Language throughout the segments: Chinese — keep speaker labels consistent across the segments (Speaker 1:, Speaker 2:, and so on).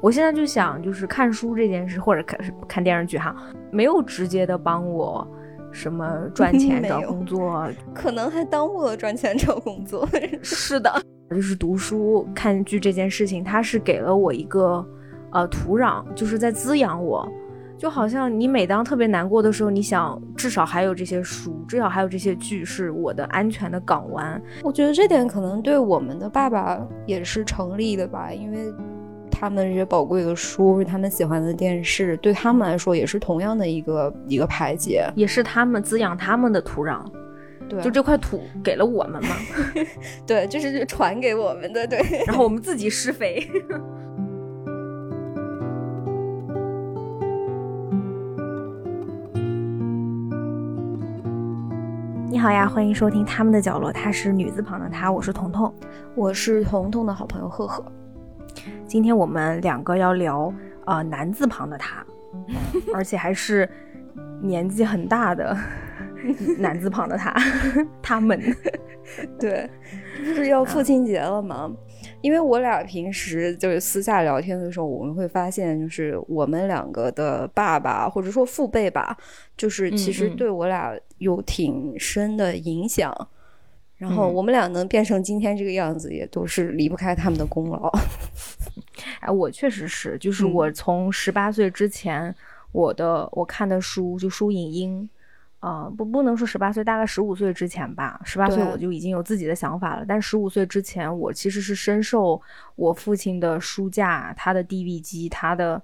Speaker 1: 我现在就想，就是看书这件事，或者看看电视剧哈，没有直接的帮我什么 赚钱、
Speaker 2: 没
Speaker 1: 找
Speaker 2: 有
Speaker 1: 工作。
Speaker 2: 可能还耽误了赚钱找工作。
Speaker 1: 是的，就是读书、看剧这件事情，它是给了我一个呃土壤，就是在滋养我。就好像你每当特别难过的时候，你想至少还有这些书，至少还有这些剧是我的安全的港湾。
Speaker 2: 我觉得这点可能对我们的爸爸也是成立的吧，因为他们这些宝贵的书、他们喜欢的电视，对他们来说也是同样的一个一个排解。
Speaker 1: 也是他们滋养他们的土壤，
Speaker 2: 对，啊
Speaker 1: 就这块土给了我们嘛，
Speaker 2: 对，这是传给我们的，对。
Speaker 1: 然后我们自己施肥。 你好呀，欢迎收听《他们的角落》，她是女字旁的她，我是彤彤。
Speaker 2: 我是彤彤的好朋友赫赫，
Speaker 1: 今天我们两个要聊呃男字旁的 他，而且还是年纪很大的 男字旁的他， 他们。
Speaker 2: 对，这不是要父亲节了吗？因为我俩平时就是私下聊天的时候，我们会发现，就是我们两个的爸爸或者说父辈吧，就是其实
Speaker 1: 嗯嗯
Speaker 2: 对我俩有挺深的影响。然后
Speaker 1: 嗯
Speaker 2: 我们俩能变成今天这个样子，也都是离不开他们的功劳。
Speaker 1: 哎，我确实是，就是
Speaker 2: 嗯
Speaker 1: 我从十八岁之前，我的我看的书就书影音，啊、不不能说十八岁，大概十五岁之前吧，十八岁
Speaker 2: 对
Speaker 1: 我就已经有自己的想法了。但十五岁之前，我其实是深受我父亲的书架、他的 DV 机、他的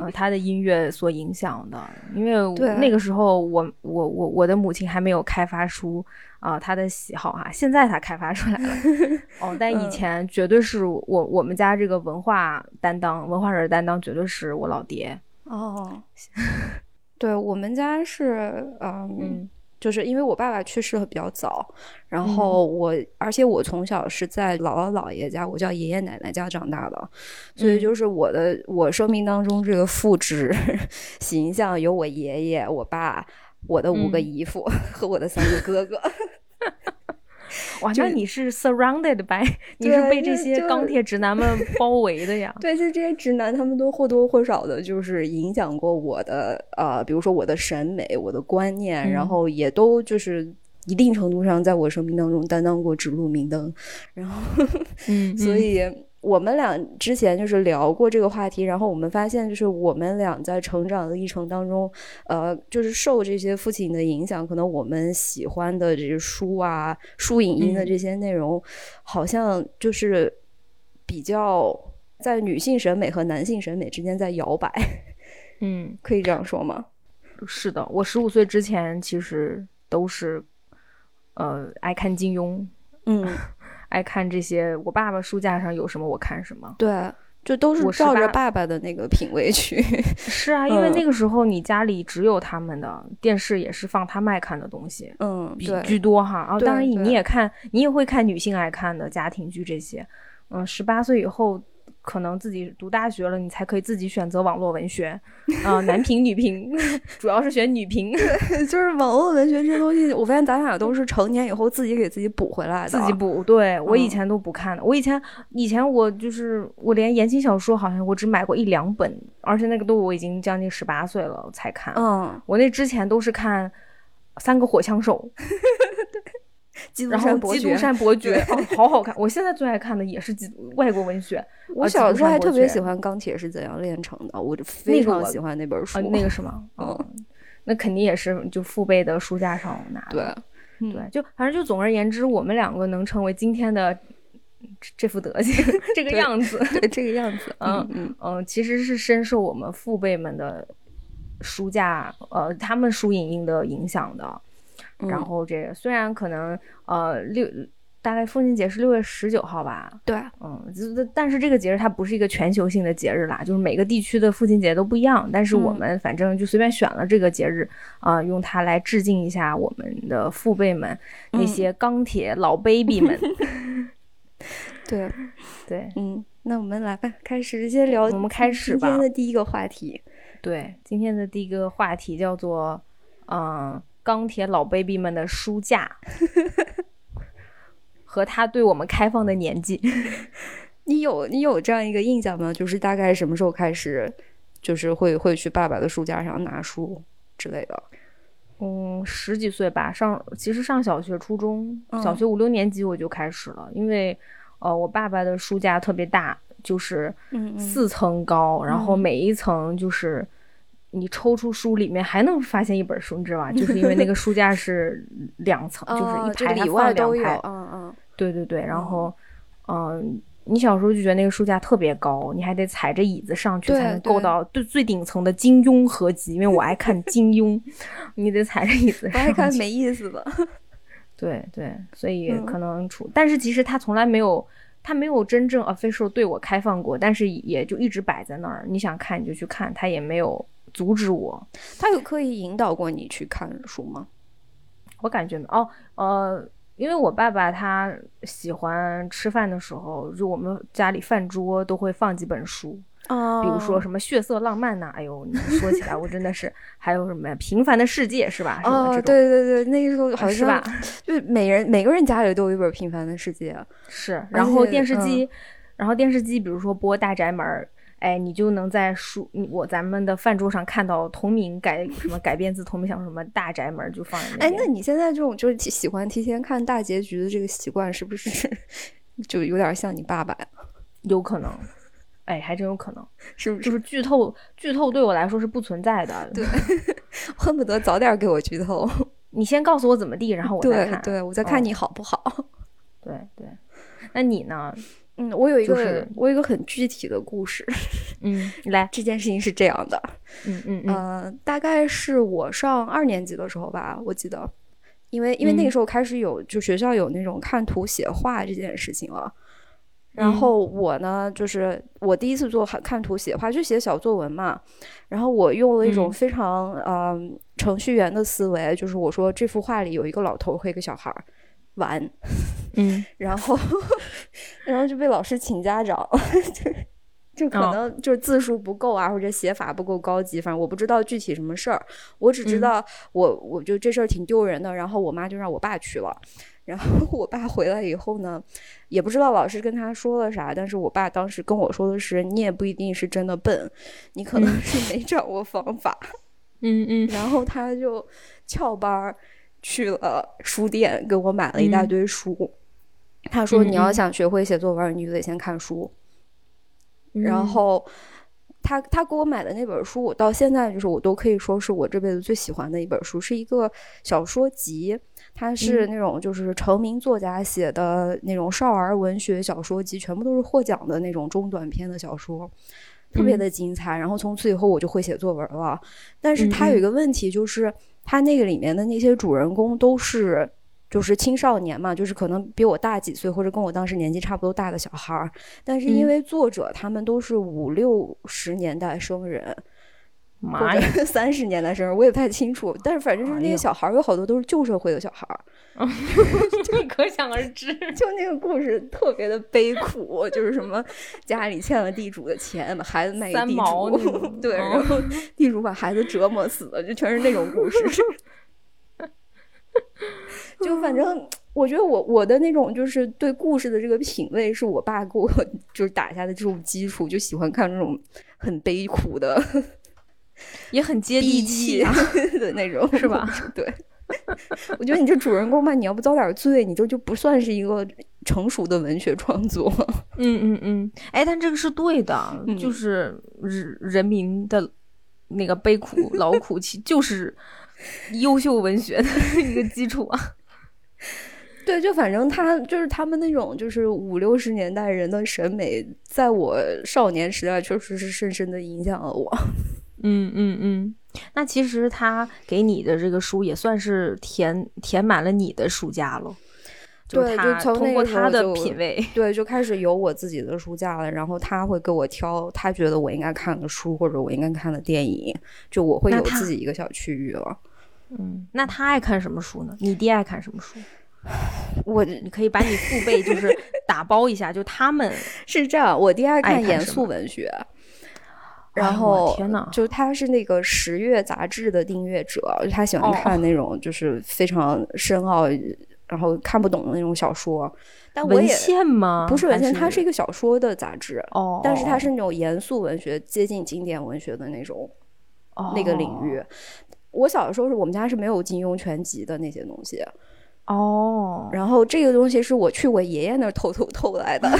Speaker 1: 呃他的音乐所影响的，因为我
Speaker 2: 对
Speaker 1: 那个时候我我我我的母亲还没有开发出啊、她的喜好哈、现在她开发出来 了。哦，但以
Speaker 2: 嗯
Speaker 1: 前绝对是我我们家这个文化担当、文化人担当，绝对是我老爹。
Speaker 2: 哦， 对我们家是，嗯
Speaker 1: 嗯
Speaker 2: 就是因为我爸爸去世的比较早，然后我、而且我从小是在姥姥姥爷家，我叫爷爷奶奶家长大的，所
Speaker 1: 嗯
Speaker 2: 以就是我的、我生命当中这个父职 形象有我爷爷、我爸、我的五个
Speaker 1: 嗯
Speaker 2: 姨父、 和我的三个哥 哥。
Speaker 1: 哇，
Speaker 2: 就
Speaker 1: 那
Speaker 2: 是
Speaker 1: 你是 surrounded by，你 是
Speaker 2: 对
Speaker 1: 被这
Speaker 2: 就
Speaker 1: 些
Speaker 2: 就
Speaker 1: 钢铁直 男们包围的呀？
Speaker 2: 对，就这些直男，他们都或多或少的，就是影响过我的呃，比如说我的审美、我的观念，然
Speaker 1: 嗯
Speaker 2: 后也都就是一定程度上在我生命当中担当过指路明灯， 然后
Speaker 1: 嗯，
Speaker 2: 所以我们俩之前就是聊过这个话题，然后我们发现就是我们俩在成长的历程当中，呃，就是受这些父亲的影响，可能我们喜欢的这些书啊、书影音的
Speaker 1: 嗯
Speaker 2: 这些内容，好像就是比较在女性审美和男性审美之间在摇摆，
Speaker 1: 嗯，
Speaker 2: 可以这样说吗？
Speaker 1: 是的，我十五岁之前其实都是，呃，爱看金庸，
Speaker 2: 嗯，
Speaker 1: 爱看这些。我爸爸书架上有什么我看什么。
Speaker 2: 对。就都是
Speaker 1: 我
Speaker 2: 照着
Speaker 1: 18
Speaker 2: 爸爸的那个品味去，
Speaker 1: 是啊，因为
Speaker 2: 嗯
Speaker 1: 那个时候你家里只有他们的电视，也是放他们爱看的东西。
Speaker 2: 嗯，
Speaker 1: 比
Speaker 2: 对，
Speaker 1: 居多哈。啊，
Speaker 2: 对
Speaker 1: 当然
Speaker 2: 对
Speaker 1: 你也看，你也会看女性爱看的家庭剧这些。嗯，十八岁以后，可能自己读大学了，你才可以自己选择网络文学，啊、男频女频， 主要是选女频，
Speaker 2: 就是网络文学这些东西，我发现咱俩都是成年以后自己给自己补回来的，
Speaker 1: 自己补。对我以
Speaker 2: 嗯
Speaker 1: 前都不看的，我以前以前我就是我连言情小说好像我只买过一两本，而且那个都我已经将近十八岁了才看。
Speaker 2: 嗯，
Speaker 1: 我那之前都是看。三个火枪手，
Speaker 2: 基督
Speaker 1: 然后
Speaker 2: 嗯山
Speaker 1: 《
Speaker 2: 伯
Speaker 1: 基
Speaker 2: 爵
Speaker 1: 督。山伯爵
Speaker 2: 对》
Speaker 1: 哦，好好看！我现在最爱看的也是基督外国文学，
Speaker 2: 我
Speaker 1: 啊
Speaker 2: 小时候还特别喜。
Speaker 1: 基督山伯爵
Speaker 2: 欢《钢铁是怎样炼成的》，我就非
Speaker 1: 那个
Speaker 2: 常
Speaker 1: 我
Speaker 2: 喜欢那本书。
Speaker 1: 啊，那个是吗？
Speaker 2: 嗯
Speaker 1: 哦，那肯定也是就父辈的书架上拿的。
Speaker 2: 对，嗯
Speaker 1: 对，就反正就总而言之，我们两个能成为今天的这这副德行， 这个
Speaker 2: 对
Speaker 1: 样子，
Speaker 2: 对，这个样子。嗯嗯，
Speaker 1: 嗯，其实是深受我们父辈们的书架，呃，他们书影音的影响的。
Speaker 2: 嗯
Speaker 1: 然后这个虽然可能呃六。大概父亲节是六月十九号吧，
Speaker 2: 对，
Speaker 1: 嗯，就是但是这个节日它不是一个全球性的节日啦，就是每个地区的父亲节都不一样。但是我
Speaker 2: 嗯
Speaker 1: 们反正就随便选了这个节日，啊、用它来致敬一下我们的父辈们，那
Speaker 2: 嗯
Speaker 1: 些钢铁老 baby 们。
Speaker 2: 对，
Speaker 1: 对
Speaker 2: 嗯，那我们来吧，开始先聊
Speaker 1: 我们开始吧
Speaker 2: 今天的第一个话题。
Speaker 1: 对，今天的第一个话题叫做，嗯、钢铁老 baby 们的书 架和他对我们开放的年纪。
Speaker 2: 你有你有这样一个印象吗？就是大概什么时候开始，就是会会去爸爸的书架上拿书之类的？
Speaker 1: 嗯，十几岁吧，上其实上小学、初中，
Speaker 2: 嗯
Speaker 1: 小学五六年级我就开始了，因为呃，我爸爸的书架特别大，就是
Speaker 2: 嗯嗯
Speaker 1: 四层高，然后
Speaker 2: 嗯
Speaker 1: 每一层就是你抽出书里面还能发现一本书，你知道吧？就是因为那个书架是两层，就是一排它
Speaker 2: 哦里
Speaker 1: 放
Speaker 2: 外
Speaker 1: 两
Speaker 2: 都有，
Speaker 1: 排，
Speaker 2: 嗯嗯，
Speaker 1: 对对对，然后嗯、你小时候就觉得那个书架特别高，你还得踩着椅子上去
Speaker 2: 对
Speaker 1: 才能
Speaker 2: 对
Speaker 1: 够到最最顶层的金庸合集，因为我爱看金 庸，你得踩着椅子
Speaker 2: 我爱
Speaker 1: 上
Speaker 2: 看
Speaker 1: 去。
Speaker 2: 没意思的，
Speaker 1: 对对，所以
Speaker 2: 嗯
Speaker 1: 可能处，但是其实他从来没有，他没有真正 official 对我开放过，但是也就一直摆在那儿，你想看你就去看，他也没有阻止我。
Speaker 2: 他有刻意引导过你去看书吗？
Speaker 1: 我感觉哦，呃，因为我爸爸他喜欢吃饭的时候，就我们家里饭桌都会放几本书，
Speaker 2: 啊
Speaker 1: 比如说什么《血色浪漫》呐，哎呦，你说起来我真的是，还有什么呀《平凡的世界》是吧？什么
Speaker 2: 哦，
Speaker 1: 这
Speaker 2: 对
Speaker 1: 种
Speaker 2: 对对，那个时候好
Speaker 1: 是吧
Speaker 2: 像？ 就是每人每个人家里都有一本《平凡的世界》，啊
Speaker 1: 是，然后
Speaker 2: 且
Speaker 1: 电视
Speaker 2: 嗯
Speaker 1: 机，然后电视机，比如说播《大宅门》，哎，你就能在书你我咱们的饭桌上看到同名改什么改编自同名小说什么《大宅门》，就放在那
Speaker 2: 哎，
Speaker 1: 边
Speaker 2: 那你现在这种就是提喜欢提前看大结局的这个习惯，是不是 就有点像你爸爸呀？
Speaker 1: 有可能，哎，还真有可能，
Speaker 2: 是不是？
Speaker 1: 就是剧透，剧透对我来说是不存在的。
Speaker 2: 对，恨不得早点给我剧透。
Speaker 1: 你先告诉我怎么地，然后我再
Speaker 2: 对
Speaker 1: 看。
Speaker 2: 对，我在看哦
Speaker 1: 嗯
Speaker 2: 你好不好。
Speaker 1: 对对，那你呢？
Speaker 2: 嗯，我有一个、
Speaker 1: 就是
Speaker 2: 我有一个很具体的故事，哎
Speaker 1: 嗯，来，
Speaker 2: 这件事情是这样的，
Speaker 1: 嗯嗯嗯
Speaker 2: 呃，大概是我上二年级的时候吧，我记得，因为因为
Speaker 1: 嗯
Speaker 2: 那个时候开始有、就学校有那种看图写画这件事情了。然
Speaker 1: 嗯
Speaker 2: 后我呢，就是我第一次做看看图写画，就写小作文嘛。然后我用了一种
Speaker 1: 嗯
Speaker 2: 非常嗯、程序员的思维，就是我说这幅画里有一个老头和一个小孩儿玩，
Speaker 1: 嗯，
Speaker 2: 然后 然后就被老师请家长， 就就可
Speaker 1: 哦
Speaker 2: 能就是字数不够啊，或者写法不够高级，反正我不知道具体什么事儿，我只知道我、我就这事儿挺丢人的，然后我妈就让我爸去了。然后 我爸回来以后呢，也不知道老师跟他说了啥，但是我爸当时跟我说的是，你也不一定是真的笨，你可能是没掌握方法。
Speaker 1: 嗯嗯
Speaker 2: 然后他就翘班儿去了书店，给我买了一大
Speaker 1: 嗯
Speaker 2: 堆书。他说：“
Speaker 1: 嗯
Speaker 2: 你要
Speaker 1: 嗯
Speaker 2: 想学会写作文，你就得先看书。
Speaker 1: 嗯，
Speaker 2: 然后他他给我买的那本书，我到现在就是我都可以说是我这辈子最喜欢的一本书，是一个小说集。它是
Speaker 1: 嗯
Speaker 2: 那种就是成名作家写的那种少儿文学小说集，全部都是获奖的那种中短篇的小说，特别
Speaker 1: 嗯
Speaker 2: 的精彩。然后从此以后我就会写作文了。但是
Speaker 1: 嗯
Speaker 2: 它
Speaker 1: 嗯
Speaker 2: 有一个问题，就是它那个里面的那些主人公都是。就是青少年嘛，就是可能比我大几岁，或者跟我当时年纪差不多大的小孩儿，但是因
Speaker 1: 嗯
Speaker 2: 为作者他们都是五六十年代生人，
Speaker 1: 妈
Speaker 2: 或
Speaker 1: 嗯呀，
Speaker 2: 者三十年代生人，我也不太清楚。但是反正就是那
Speaker 1: 哎
Speaker 2: 些
Speaker 1: 呦
Speaker 2: 小孩儿有好多都是旧社会的小孩儿，
Speaker 1: 可想而知。
Speaker 2: 就那个故事特别的悲苦，就是什么家里欠了地主的钱，把孩子卖给
Speaker 1: 三
Speaker 2: 地
Speaker 1: 毛那
Speaker 2: 主，
Speaker 1: 种
Speaker 2: 对，
Speaker 1: 哦
Speaker 2: 然后地主把孩子折磨死了，就全是那种故事。 就反正我觉得我我的那种就是对故事的这个品味，是我爸给我 就是打下的这种基础，就喜欢看这种很悲苦的
Speaker 1: 也很接地
Speaker 2: 地
Speaker 1: 气
Speaker 2: 气
Speaker 1: 啊。
Speaker 2: 的那种，
Speaker 1: 是吧？
Speaker 2: 对， 我觉得你这主人公吧，你要不遭点罪，你这就不算是一个成熟的文学创作。
Speaker 1: 嗯嗯嗯，哎，但这个是对的，
Speaker 2: 嗯
Speaker 1: 就是人人民的那个悲苦 劳苦，其就是优秀文学的一个基础啊。
Speaker 2: 对，就反正他就是他们那种就是五六十年代人的审美，在我少年时代确实是深深的影响了我。
Speaker 1: 嗯嗯嗯，那其实他给你的这个书也算是填填满了你的书架了。就是
Speaker 2: 对就
Speaker 1: 他
Speaker 2: 从
Speaker 1: 通
Speaker 2: 那
Speaker 1: 过
Speaker 2: 个时
Speaker 1: 他
Speaker 2: 候
Speaker 1: 的
Speaker 2: 就
Speaker 1: 品味，
Speaker 2: 对，就开始有我自己的书架了，然后他会给我挑他觉得我应该看的书或者我应该看的电影，就我会
Speaker 1: 那
Speaker 2: 有
Speaker 1: 他
Speaker 2: 自己一个小区域了。
Speaker 1: 嗯，那他爱看什么书呢？你爹爱看什么书？
Speaker 2: 我
Speaker 1: 你可以把你父辈就是 打包一下，就他们，
Speaker 2: 是这样，我爹爱
Speaker 1: 爱
Speaker 2: 看
Speaker 1: 看
Speaker 2: 严
Speaker 1: 什么
Speaker 2: 肃文学，
Speaker 1: 哎
Speaker 2: 然
Speaker 1: 呦我
Speaker 2: 后
Speaker 1: 天呐
Speaker 2: 就他是那个《十月》杂志的订阅者，就他喜欢
Speaker 1: 哦
Speaker 2: 看那种就是非常深奥，然后看不懂的那种小说。但哎我
Speaker 1: 文
Speaker 2: 也
Speaker 1: 献吗？
Speaker 2: 不是文献，
Speaker 1: 啊还
Speaker 2: 它是一个小说的杂志，
Speaker 1: 哦，
Speaker 2: 但是它是那种严肃文学、接近经典文学的那种
Speaker 1: 哦
Speaker 2: 那个领域。我小的时候是我们家是没有金庸全集的那些东西，
Speaker 1: 哦。
Speaker 2: 然后这个东西是我去我爷爷那儿偷偷偷来 的。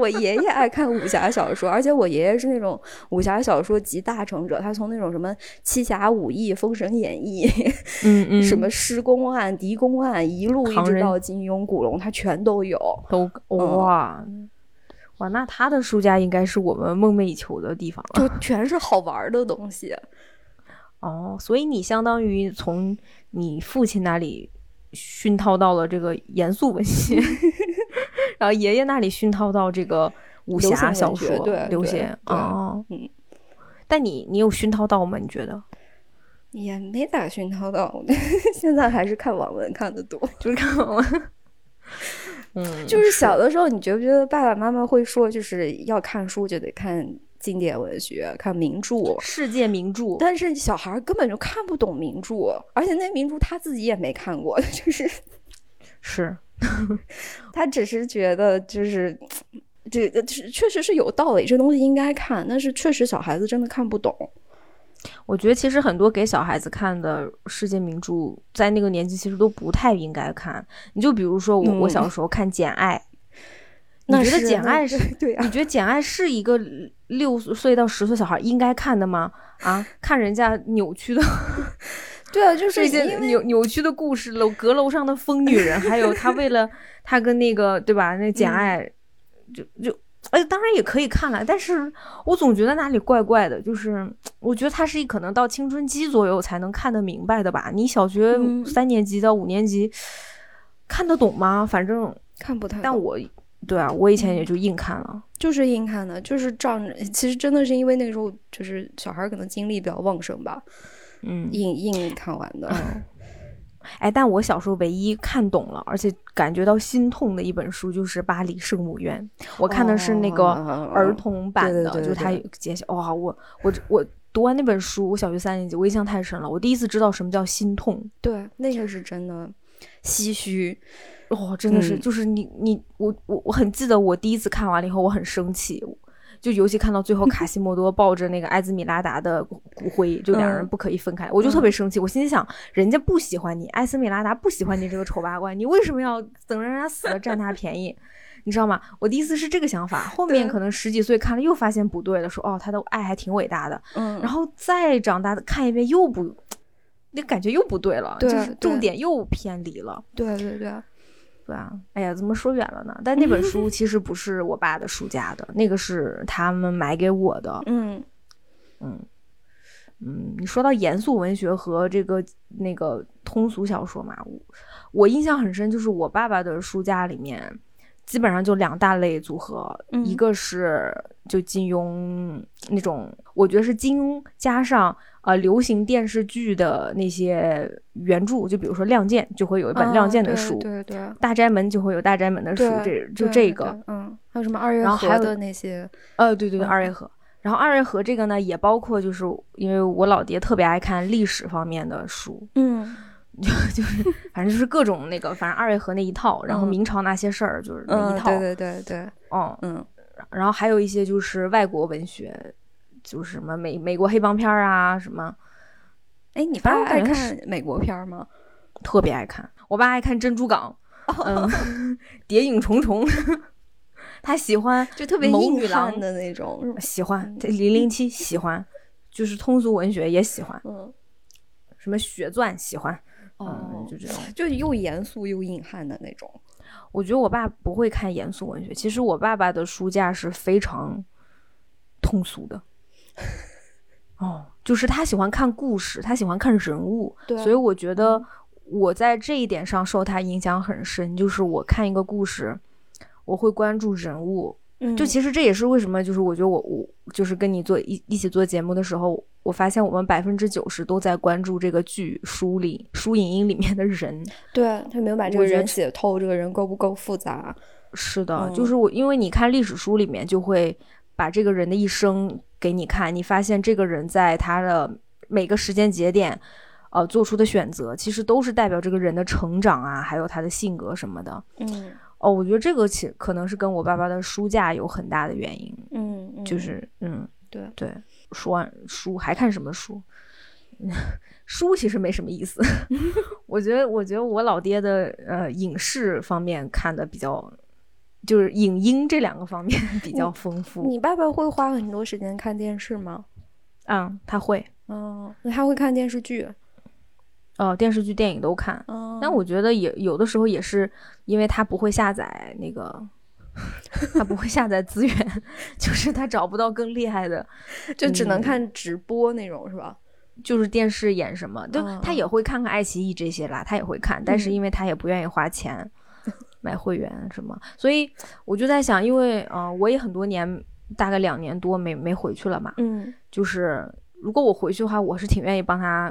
Speaker 2: 我爷爷爱看武侠小说，而且我爷爷是那种武侠小说集大成者，他从那种什么《七侠五义》《封神演义》
Speaker 1: 嗯嗯，
Speaker 2: 什么施公案、狄公案，一路一
Speaker 1: 唐
Speaker 2: 直
Speaker 1: 人
Speaker 2: 到金庸、古龙，他全都有。
Speaker 1: 都
Speaker 2: 嗯
Speaker 1: 哇哇，那他的书架应该是我们梦寐以求的地方了。
Speaker 2: 就全是好玩儿的东西。
Speaker 1: 哦，所以你相当于从你父亲那里熏陶到了这个严肃文学， 然后爷爷那里熏陶到这个武
Speaker 2: 流
Speaker 1: 侠
Speaker 2: 行
Speaker 1: 小
Speaker 2: 文学
Speaker 1: 说、
Speaker 2: 对
Speaker 1: 流
Speaker 2: 对
Speaker 1: 行
Speaker 2: 对
Speaker 1: 哦。
Speaker 2: 嗯，
Speaker 1: 但你你有熏陶到吗？你觉得？
Speaker 2: 也没咋熏陶到， 现在还是看网文看的多。
Speaker 1: 就是看我，嗯，
Speaker 2: 就是小的时候，你觉不觉得爸爸妈妈会说，就是要看书就得看经典文学，看名著？
Speaker 1: 世界名著，
Speaker 2: 但是小孩儿根本就看不懂名著，而且那名著他自己也没看过， 就是
Speaker 1: 是
Speaker 2: 他只是觉得就是。这这确实是有道理，这东西应该看，但是确实小孩子真的看不懂。
Speaker 1: 我觉得其实很多给小孩子看的世界名著，在那个年纪其实都不太应该看。你就比如说我，我
Speaker 2: 嗯
Speaker 1: 小时候看《简爱》，
Speaker 2: 那
Speaker 1: 你觉得
Speaker 2: 是
Speaker 1: 《简
Speaker 2: 那
Speaker 1: 爱》
Speaker 2: 对
Speaker 1: 是？
Speaker 2: 对 啊
Speaker 1: 你，觉得《简爱》是一个六岁到十岁小孩应该看的吗？啊，看人家扭曲的
Speaker 2: 对啊， 就是
Speaker 1: 这
Speaker 2: 因
Speaker 1: 些
Speaker 2: 为
Speaker 1: 扭扭曲的故事，楼阁楼上的疯女人，还有他为了 他跟那个对吧？那
Speaker 2: 嗯
Speaker 1: 简爱、就就哎，当然也可以看了，但是我总觉得哪里怪怪的，就是我觉得他是一可能到青春期左右才能看得明白的吧。你小学
Speaker 2: 嗯
Speaker 1: 三年级到五年级、看得懂吗？反正
Speaker 2: 看不太懂。嗯
Speaker 1: 但我对啊，我以前也就硬看了。
Speaker 2: 就是硬看的，就是仗着，其实真的是因为那个时候就是小孩儿可能精力比较旺盛吧，
Speaker 1: 嗯，
Speaker 2: 硬硬看完的。
Speaker 1: 哎，但我小时候唯一看懂了，而且感觉到心痛的一本书就是《巴黎圣母院》，我看的是那个
Speaker 2: 哦
Speaker 1: 儿童版
Speaker 2: 对
Speaker 1: 的，
Speaker 2: 对对
Speaker 1: 就它
Speaker 2: 对
Speaker 1: 有揭晓。哇，我我我读完那本书，我小学三年级，我印象太深了，我第一次知道什么叫心痛。
Speaker 2: 对，那个是真的唏嘘。
Speaker 1: 哦，真的是，
Speaker 2: 嗯
Speaker 1: 就是你你我我我很记得我第一次看完了以后，我很生气。就尤其看到最
Speaker 2: 嗯
Speaker 1: 后，卡西莫多抱着那个埃兹米拉达的骨骨灰，就两人
Speaker 2: 嗯
Speaker 1: 不可以分开，我就特别生气。我心里想，人家不喜欢你，埃斯米拉达不喜欢你这个丑八怪，你为什么要等着人家死了占他便宜？ 你知道吗？我第一次是这个想法，后面
Speaker 2: 对
Speaker 1: 可能十几岁看了又发现不对了，说哦，他的爱还挺伟大的。
Speaker 2: 嗯，
Speaker 1: 然后再长大的看一遍又不，那感觉又不对了，
Speaker 2: 对
Speaker 1: 就是
Speaker 2: 对
Speaker 1: 重点又偏离了。
Speaker 2: 对对对，
Speaker 1: 对啊，哎呀，怎么说远了呢？但那本书其实不是我爸的书架的，那个是他们买给我的。
Speaker 2: 嗯，
Speaker 1: 嗯，你说到严肃文学和这个那个通俗小说嘛，我我印象很深，就是我爸爸的书架里面基本上就两大类组合，
Speaker 2: 嗯
Speaker 1: 一个是就金庸那种，我觉得是金庸加上呃流行电视剧的那些原著，就比如说《亮剑》，就会有一本《
Speaker 2: 啊
Speaker 1: 亮剑》的
Speaker 2: 对
Speaker 1: 书。
Speaker 2: 对对。
Speaker 1: 大宅门就会有大宅门的书，这
Speaker 2: 对
Speaker 1: 就
Speaker 2: 对
Speaker 1: 这个，
Speaker 2: 对嗯，还有什么二月
Speaker 1: 然后还
Speaker 2: 河
Speaker 1: 有
Speaker 2: 的那些，
Speaker 1: 呃，对对对，
Speaker 2: 嗯
Speaker 1: 二月河。然后二月河这个呢，也包括就是因为我老爹特别爱看历史方面的书，
Speaker 2: 嗯，
Speaker 1: 反正就是各种那个，反正二月河那一套，然后
Speaker 2: 嗯
Speaker 1: 明朝那些事儿就是那
Speaker 2: 嗯
Speaker 1: 一，套，
Speaker 2: 对对对对，
Speaker 1: 嗯，
Speaker 2: 嗯
Speaker 1: 然后还有一些就是外国文学，就是什么美美国黑帮片儿啊，什么
Speaker 2: 哎，你
Speaker 1: 反正
Speaker 2: 爸
Speaker 1: 我
Speaker 2: 爱
Speaker 1: 感觉
Speaker 2: 看美国片儿吗？
Speaker 1: 特别爱看。我爸爱看《珍珠港》，
Speaker 2: 哦
Speaker 1: 嗯， 谍影重重， 他喜欢
Speaker 2: 就特
Speaker 1: 别
Speaker 2: 别
Speaker 1: 硬
Speaker 2: 硬
Speaker 1: 汉
Speaker 2: 汉的那种，是吧
Speaker 1: 喜欢
Speaker 2: 嗯
Speaker 1: 零零七喜欢，就是通俗文学也喜欢，
Speaker 2: 嗯，
Speaker 1: 什么血钻喜欢，嗯，
Speaker 2: 哦
Speaker 1: 就，这种。
Speaker 2: 就又严肃又硬汉的那种，
Speaker 1: 我觉得我爸不会看严肃文学，其实我爸爸的书架是非常通俗 的。哦，就是他喜欢看故事，他喜欢看人物，
Speaker 2: 对嗯
Speaker 1: 所以我觉得我在这一点上受他影响很深。就是我看一个故事，我会关注人物，
Speaker 2: 嗯
Speaker 1: 就其实这也是为什么，就是我觉得我我就是跟你做一一起做节目的时候，我发现我们百分之九十都在关注这个剧、书里、书影音里面的人。
Speaker 2: 对他没有把这个
Speaker 1: 我觉得
Speaker 2: 人写透，这个人够不够复杂？
Speaker 1: 是的，
Speaker 2: 嗯
Speaker 1: 就是我，因为你看历史书里面就会把这个人的一生给你看，你发现这个人在他的每个时间节点，呃，做出的选择，其实都是代表这个人的成长啊，还有他的性格什么的。
Speaker 2: 嗯
Speaker 1: 哦，我觉得这个其可能是跟我爸爸的书架有很大的原因，
Speaker 2: 嗯，嗯
Speaker 1: 就是嗯，
Speaker 2: 对
Speaker 1: 对，说完书还看什么书？ 书其实没什么意 思，我觉得，我觉得我老爹的呃影视方面看的比较，就是影音这两个方面 比较丰富。
Speaker 2: 你爸爸会花很多时间看电视吗？
Speaker 1: 嗯，他会，
Speaker 2: 嗯，那他会看电视剧。
Speaker 1: 呃，电视剧、电影都看。
Speaker 2: 嗯，
Speaker 1: 但我觉得也有的时候也是因为他不会下载那个， 他不会下载资源， 就是他找不到更厉害的，
Speaker 2: 就只
Speaker 1: 嗯
Speaker 2: 能看直播那种，是吧？
Speaker 1: 就是电视演什么，就
Speaker 2: 嗯
Speaker 1: 他也会看看爱奇艺这些啦，他也会看，但是因为他也不愿意花钱 买会员什么，所以我就在想，因为呃，我也很多年，大概两年多没没回去了嘛，
Speaker 2: 嗯
Speaker 1: 就是如果我回去的话，我是挺愿意帮他，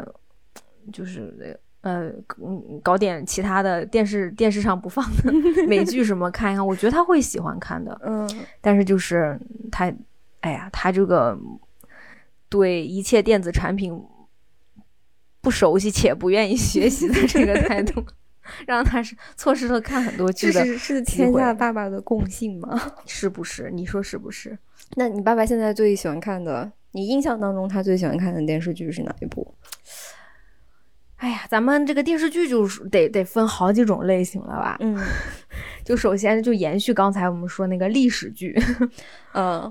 Speaker 1: 就是呃，嗯搞点其他的电视电视上不放的 美剧什么看一看，我觉得他会喜欢看的，
Speaker 2: 嗯，
Speaker 1: 但是就是他，哎呀，他这个对一切电子产品不熟悉且不愿意学习的这个态 度，让他是错失了看很多剧
Speaker 2: 这
Speaker 1: 的，
Speaker 2: 是是
Speaker 1: 机
Speaker 2: 天
Speaker 1: 会
Speaker 2: 下爸爸的共性吗？
Speaker 1: 是不是？你说是不是？
Speaker 2: 那你爸爸现在最喜欢看的，你印象当中他最喜欢看的电视剧是哪一部？
Speaker 1: 哎呀，咱们这个电视剧就是得得分好几种类型了吧？
Speaker 2: 嗯
Speaker 1: 就首先就延续刚才我们说那个历史剧，
Speaker 2: 嗯，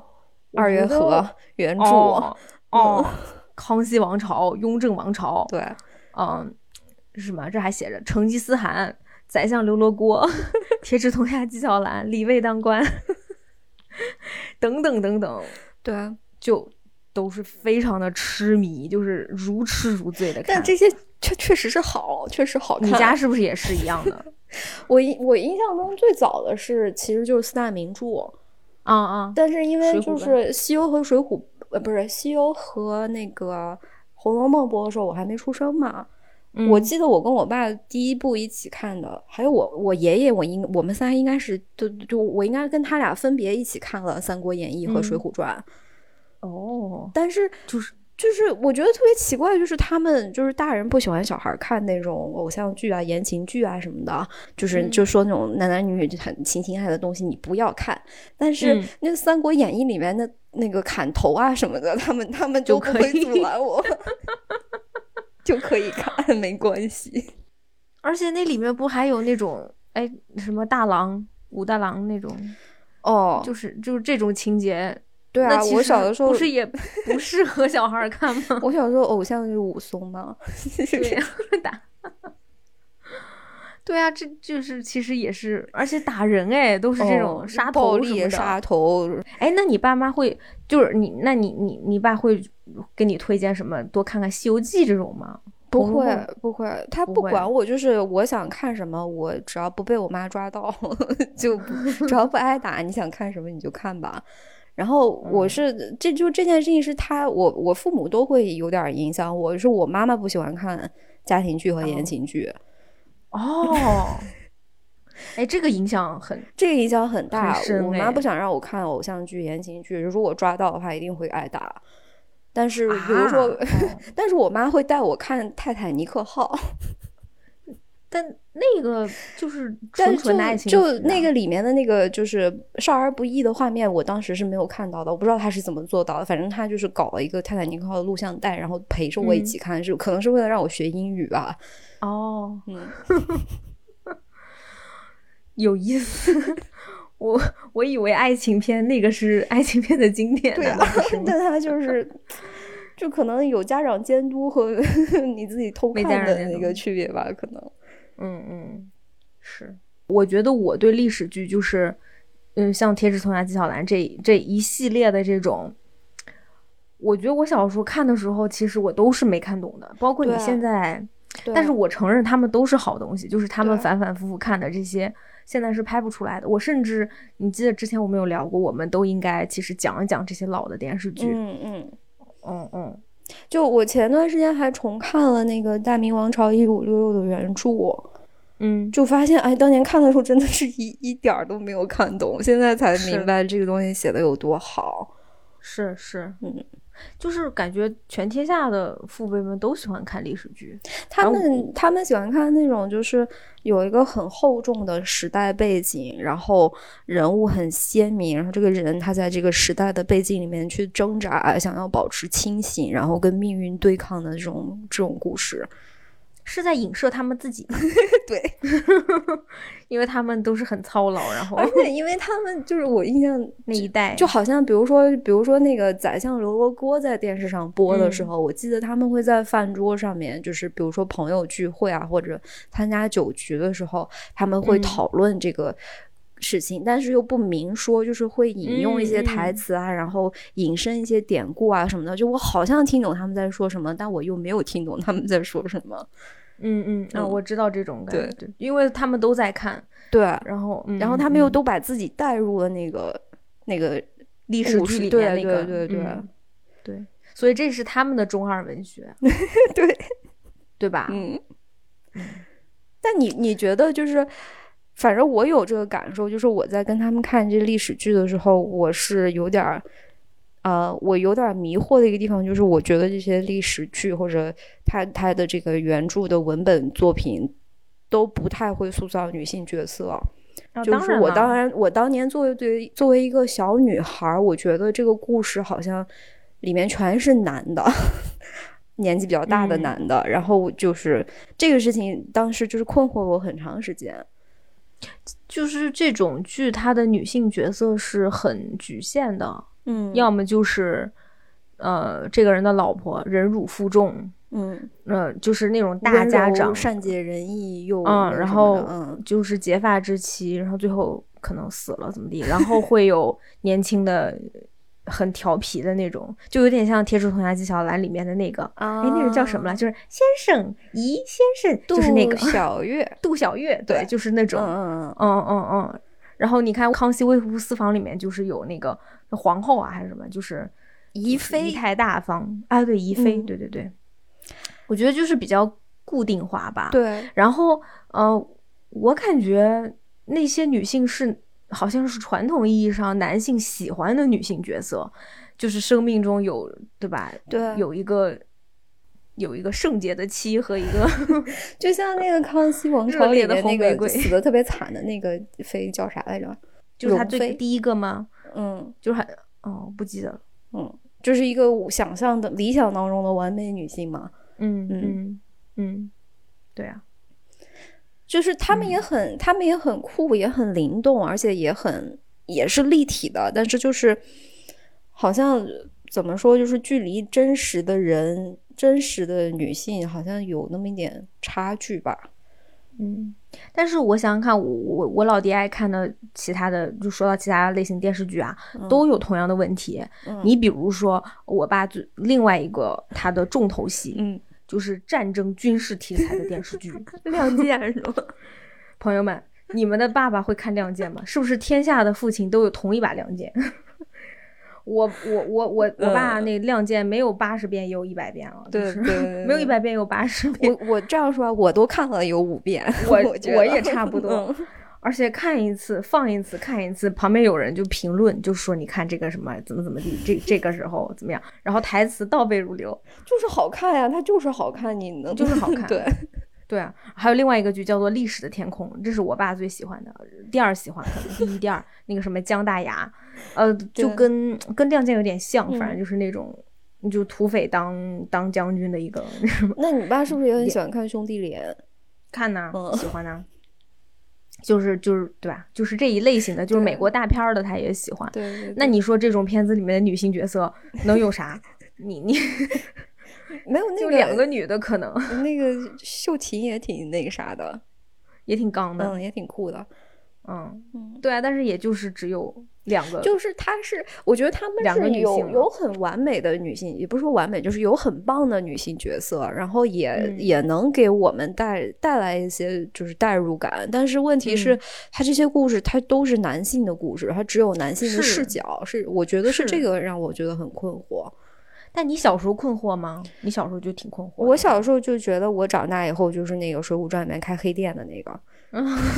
Speaker 1: 我
Speaker 2: 二
Speaker 1: 觉
Speaker 2: 月
Speaker 1: 得
Speaker 2: 河原著，
Speaker 1: 哦哦， 康熙王朝、雍正王朝，
Speaker 2: 对，
Speaker 1: 嗯，是什么？这还写着成吉思汗、宰相刘罗锅、 铁齿铜牙纪晓岚、李卫当官， 等等等等，
Speaker 2: 对啊，
Speaker 1: 就都是非常的痴迷，就是如痴如醉的看。
Speaker 2: 但这些确确实是好，确实好看。
Speaker 1: 你家是不是也是一样的？
Speaker 2: 我印我印象中最早的是其实就是四大名著，
Speaker 1: 啊啊、
Speaker 2: 但是因为
Speaker 1: 水浒
Speaker 2: 就是
Speaker 1: 呗
Speaker 2: 《西游》和《水浒》，呃，不是《西游》和那个《红楼梦》播的时候，我还没出生嘛。
Speaker 1: 嗯
Speaker 2: 我记得我跟我爸第一部一起看的，还有我我爷爷，我应我们仨应该是就就我应该跟他俩分别一起看了《三国演义》和《水
Speaker 1: 嗯
Speaker 2: 浒传》
Speaker 1: 哦，
Speaker 2: 但是
Speaker 1: 就是
Speaker 2: 就是我觉得特别奇怪，就是他们就是大人不喜欢小孩看那种偶像剧啊、言情剧啊什么的，就是、
Speaker 1: 嗯
Speaker 2: 就说那种男男女女就很情情爱爱的东西你不要看。但是
Speaker 1: 嗯
Speaker 2: 那《三国演义》里面的那个砍头啊什么的，他们他们
Speaker 1: 就
Speaker 2: 就不
Speaker 1: 可
Speaker 2: 会
Speaker 1: 以
Speaker 2: 阻拦我， 就可以看，没关系。
Speaker 1: 而且那里面不还有那种哎什么大郎、武大郎那种，
Speaker 2: 哦，
Speaker 1: 就是就是这种情节。
Speaker 2: 对
Speaker 1: 那
Speaker 2: 啊，
Speaker 1: 其
Speaker 2: 我
Speaker 1: 实
Speaker 2: 小的时候
Speaker 1: 不是也不适合小孩儿看吗？
Speaker 2: 我小时候偶像就是武松 嘛，
Speaker 1: 对呀、打。对啊，这就是其实也是，而且打人哎，都是这种
Speaker 2: 哦
Speaker 1: 杀
Speaker 2: 暴
Speaker 1: 头什
Speaker 2: 力
Speaker 1: 么
Speaker 2: 杀
Speaker 1: 的。
Speaker 2: 头，
Speaker 1: 哎，那你爸妈会就是你，那你你你爸会给你推荐什么？多看看《西游记》这种吗？
Speaker 2: 不
Speaker 1: 红楼
Speaker 2: 会
Speaker 1: 梦，
Speaker 2: 不会，他
Speaker 1: 不
Speaker 2: 不
Speaker 1: 会
Speaker 2: 管我，就是我想看什么，我只要不被我妈抓到， 就不只要不挨打，你想看什么你就看吧。然后
Speaker 1: 嗯
Speaker 2: 我是，这就这件事情是他，我我父母都会有点影响我，是我妈妈不喜欢看家庭剧和言
Speaker 1: 哦
Speaker 2: 情剧，
Speaker 1: 哦， 哎，这个影响很
Speaker 2: 这个影响很大。
Speaker 1: 深
Speaker 2: 我妈
Speaker 1: 哎
Speaker 2: 不想让我看偶像剧、言情剧，如果我抓到的话，一定会挨打。但是比如说，
Speaker 1: 啊哦
Speaker 2: 但是我妈会带我看《泰坦尼克号》。
Speaker 1: 但那个就是
Speaker 2: 但
Speaker 1: 纯纯的爱
Speaker 2: 就
Speaker 1: 情
Speaker 2: 就
Speaker 1: 剧
Speaker 2: 那
Speaker 1: 啊
Speaker 2: 个里面的那个就是少儿不宜的画面，我当时是没有看到的，我不知道他是怎么做到的。反正他就是搞了一个泰坦尼克号的录像带，然后陪着我一
Speaker 1: 嗯
Speaker 2: 起看，是可能是为了让我学英语吧。
Speaker 1: 哦，
Speaker 2: 嗯，
Speaker 1: 有意思。 我我以为爱情片那个是爱情片的经典，
Speaker 2: 对啊
Speaker 1: 难道不 是吗
Speaker 2: 但他就是就可能有家长监督和 你自己偷
Speaker 1: 没
Speaker 2: 看
Speaker 1: 家长
Speaker 2: 的
Speaker 1: 监
Speaker 2: 那
Speaker 1: 督
Speaker 2: 个区别吧，可能。
Speaker 1: 嗯嗯，是。我觉得我对历史剧就是，嗯，像《铁齿铜牙纪晓岚》这这一系列的这种，我觉得我小时候看的时候，其实我都是没看懂的，包括你
Speaker 2: 对
Speaker 1: 现在。
Speaker 2: 对
Speaker 1: 但是我承认他们都是好东西，就是他们
Speaker 2: 对
Speaker 1: 反反复复看的这些，现在是拍不出来的。我甚至你记得之前我们有聊过，我们都应该其实讲一讲这些老的电视剧。
Speaker 2: 嗯嗯，
Speaker 1: 嗯嗯
Speaker 2: 就我前段时间还重看了那个《大明王朝一五六六》的原著。
Speaker 1: 嗯，
Speaker 2: 就发现，哎，当年看的时候真的是一一点儿都没有看懂，现在才
Speaker 1: 是
Speaker 2: 明白这个东西写的有多好。
Speaker 1: 是是，
Speaker 2: 嗯，
Speaker 1: 就是感觉全天下的父辈们都喜欢看历史剧，
Speaker 2: 他
Speaker 1: 然
Speaker 2: 们
Speaker 1: 后
Speaker 2: 他们喜欢看那种就是有一个很厚重的时代背景，然后人物很鲜明，然后这个人他在这个时代的背景里面去挣扎，想要保持清醒，然后跟命运对抗的这种这种 故事。
Speaker 1: 是在影射他们自己，
Speaker 2: 对，
Speaker 1: 因为他们都是很操劳，然后
Speaker 2: 而 且因为他们就是我印象
Speaker 1: 那一代嗯
Speaker 2: 就好像比如说，比如说那个《宰相刘罗锅》在电视上播的时
Speaker 1: 嗯
Speaker 2: 候，我记得他们会在饭桌上面，就是比如说朋友聚会啊，或者参加酒局的时候，他们会
Speaker 1: 嗯
Speaker 2: 讨论这个。事情，但是又不明说，就是会引用一些
Speaker 1: 嗯
Speaker 2: 台
Speaker 1: 嗯
Speaker 2: 词啊，然后引申一些典故啊什么的。就我好像听懂他们在说什么，但我又没有听懂他们在说什么。
Speaker 1: 嗯嗯啊，
Speaker 2: 嗯
Speaker 1: 我知道这种感觉，因为他们都在看，
Speaker 2: 对，
Speaker 1: 然后
Speaker 2: 然后他
Speaker 1: 嗯
Speaker 2: 们又都把自己带入了那个、那个
Speaker 1: 历
Speaker 2: 史
Speaker 1: 史
Speaker 2: 剧
Speaker 1: 剧里
Speaker 2: 里面
Speaker 1: 面
Speaker 2: 那
Speaker 1: 那
Speaker 2: 个
Speaker 1: 个，
Speaker 2: 嗯
Speaker 1: 对，所以这是他们的中二文学，
Speaker 2: 对
Speaker 1: 对吧？
Speaker 2: 嗯，但你你觉得就是，反正我有这个感受，就是我在跟他们看这历史剧的时候，我是有点儿，呃，我有点儿迷惑的一个地方，就是我觉得这些历史剧或者它它的这个原著的文本作品。都不太会塑造女性角色，
Speaker 1: 啊
Speaker 2: 就
Speaker 1: 当
Speaker 2: 是
Speaker 1: 然
Speaker 2: 我
Speaker 1: 了
Speaker 2: 当然，我当年作为对作为一个小女孩儿，我觉得这个故事好像里面全是男的， 年纪比较大的
Speaker 1: 嗯
Speaker 2: 男的。然后就是这个事情，当时就是困惑我很长时间。
Speaker 1: 就是这种剧，它的女性角色是很局限的，
Speaker 2: 嗯
Speaker 1: 要么就是呃这个人的老婆忍辱负重，
Speaker 2: 嗯，
Speaker 1: 呃就是那种大家长，
Speaker 2: 善解人意又
Speaker 1: 嗯
Speaker 2: 那，
Speaker 1: 然
Speaker 2: 什么
Speaker 1: 后
Speaker 2: 的嗯
Speaker 1: 就是结发之妻，然后最后可能死了怎么地，然后会有年轻的很调皮的那种，就有点像《铁齿铜牙纪晓岚》里面的那个，
Speaker 2: 啊
Speaker 1: 哎，那个叫什么来？就是先生，咦，先生，就是那个
Speaker 2: 杜 小月，
Speaker 1: 杜小月，
Speaker 2: 对
Speaker 1: 对，就是那种，
Speaker 2: 嗯嗯嗯，
Speaker 1: 嗯嗯嗯。然后你看《康熙微服私访》里面就是有那个皇后啊，还是什么，就是
Speaker 2: 怡
Speaker 1: 仪
Speaker 2: 妃，
Speaker 1: 态大方啊，对，怡妃，
Speaker 2: 嗯
Speaker 1: 对对对。我觉得就是比较固定化吧。。
Speaker 2: 对，
Speaker 1: 然后，呃，我感觉那些女性是好像是传统意义上男性喜欢的女性角色，就是生命中有对吧？
Speaker 2: 对
Speaker 1: 有一个有一个圣洁的妻和一 个
Speaker 2: 就像那个《康熙王
Speaker 1: 热》
Speaker 2: 朝
Speaker 1: 烈
Speaker 2: 里
Speaker 1: 的
Speaker 2: 面
Speaker 1: 红
Speaker 2: 那
Speaker 1: 玫
Speaker 2: 个
Speaker 1: 瑰
Speaker 2: 死的特别惨的那个妃叫啥来着？
Speaker 1: 就是他
Speaker 2: 容妃
Speaker 1: 最第一个吗？
Speaker 2: 嗯。
Speaker 1: 就是还哦，不记得了。
Speaker 2: 嗯，就是一个我想象的理想当中的完美女性嘛。
Speaker 1: 嗯
Speaker 2: 嗯
Speaker 1: 嗯嗯，对啊，
Speaker 2: 就是她们
Speaker 1: 嗯
Speaker 2: 也很，她、们也很酷，也很灵动，而且也很也是立体的。但是就是好像怎么说，就是距离真实的人、真实的女性，好像有那么一点差距吧。
Speaker 1: 嗯，但是我想想看，我我我老爹爱看的其他的，就说到其他类型电视剧啊，都有同样的问题。
Speaker 2: 嗯
Speaker 1: 你比如说，我爸最另外一个他的重头戏、
Speaker 2: 嗯，
Speaker 1: 就是战争军事题材的电视剧。
Speaker 2: 亮剑是吗？
Speaker 1: 朋友们，你们的爸爸会看《亮剑》吗？是不是天下的父亲都有同一把亮剑？ 我我我我我爸
Speaker 2: 嗯
Speaker 1: 那《亮剑》没有八十遍也有一百遍了，就
Speaker 2: 对
Speaker 1: 是
Speaker 2: 对 对，
Speaker 1: 没有一百遍有八十遍。
Speaker 2: 我我这样说啊，我都看了有五遍，
Speaker 1: 我
Speaker 2: 我觉得
Speaker 1: 我也差不多
Speaker 2: 嗯
Speaker 1: 而且看一次放一次看一次，旁边有人就评论，就说你看这个什么怎么怎么地，这这个时候怎么样，然后台词倒背如流，
Speaker 2: 就是好看呀、它就是好看，你能
Speaker 1: 就是 好看
Speaker 2: 对，
Speaker 1: 对啊。还有另外一个剧叫做《历史的天空》，这是我爸最喜欢的，第二喜欢可能第一、第二 那个什么姜大牙，呃，就
Speaker 2: 对
Speaker 1: 跟跟《亮剑》有点像，
Speaker 2: 嗯
Speaker 1: 反正就是那种。就土匪当当将军的一个
Speaker 2: 那你爸是不是也很喜欢看兄弟连？
Speaker 1: 看呐、
Speaker 2: 嗯
Speaker 1: 喜欢呐、就是就是对吧？就是这一类型的，就是
Speaker 2: 对
Speaker 1: 美国大片儿的他也喜欢。
Speaker 2: 对对
Speaker 1: 那你说这种片子里面的女性角色能有啥？你你
Speaker 2: 没有那
Speaker 1: 就
Speaker 2: 个
Speaker 1: 两个女的可能
Speaker 2: 那个秀琴也挺那个啥的，
Speaker 1: 也挺刚的，
Speaker 2: 嗯，也挺酷的，
Speaker 1: 嗯，
Speaker 2: 嗯。
Speaker 1: 对啊，但是也就是只有两个，
Speaker 2: 就是她是，我觉得她们
Speaker 1: 两个
Speaker 2: 是
Speaker 1: 女性啊
Speaker 2: 有
Speaker 1: 嘛
Speaker 2: 有很完美的女性，也不是说完美，就是有很棒的女性角色，然后也、
Speaker 1: 嗯
Speaker 2: 也能给我们带带来一些就是代入感。但是问题是
Speaker 1: 嗯，
Speaker 2: 她这些故事它都是男性的故事，它只有男性的
Speaker 1: 是
Speaker 2: 视角，是我觉得是
Speaker 1: 是
Speaker 2: 这个让我觉得很困惑。
Speaker 1: 但你小时候困惑吗？你小时候就挺困惑的。
Speaker 2: 我小时候就觉得，我长大以后就是那个《水浒传》里面开黑店的那个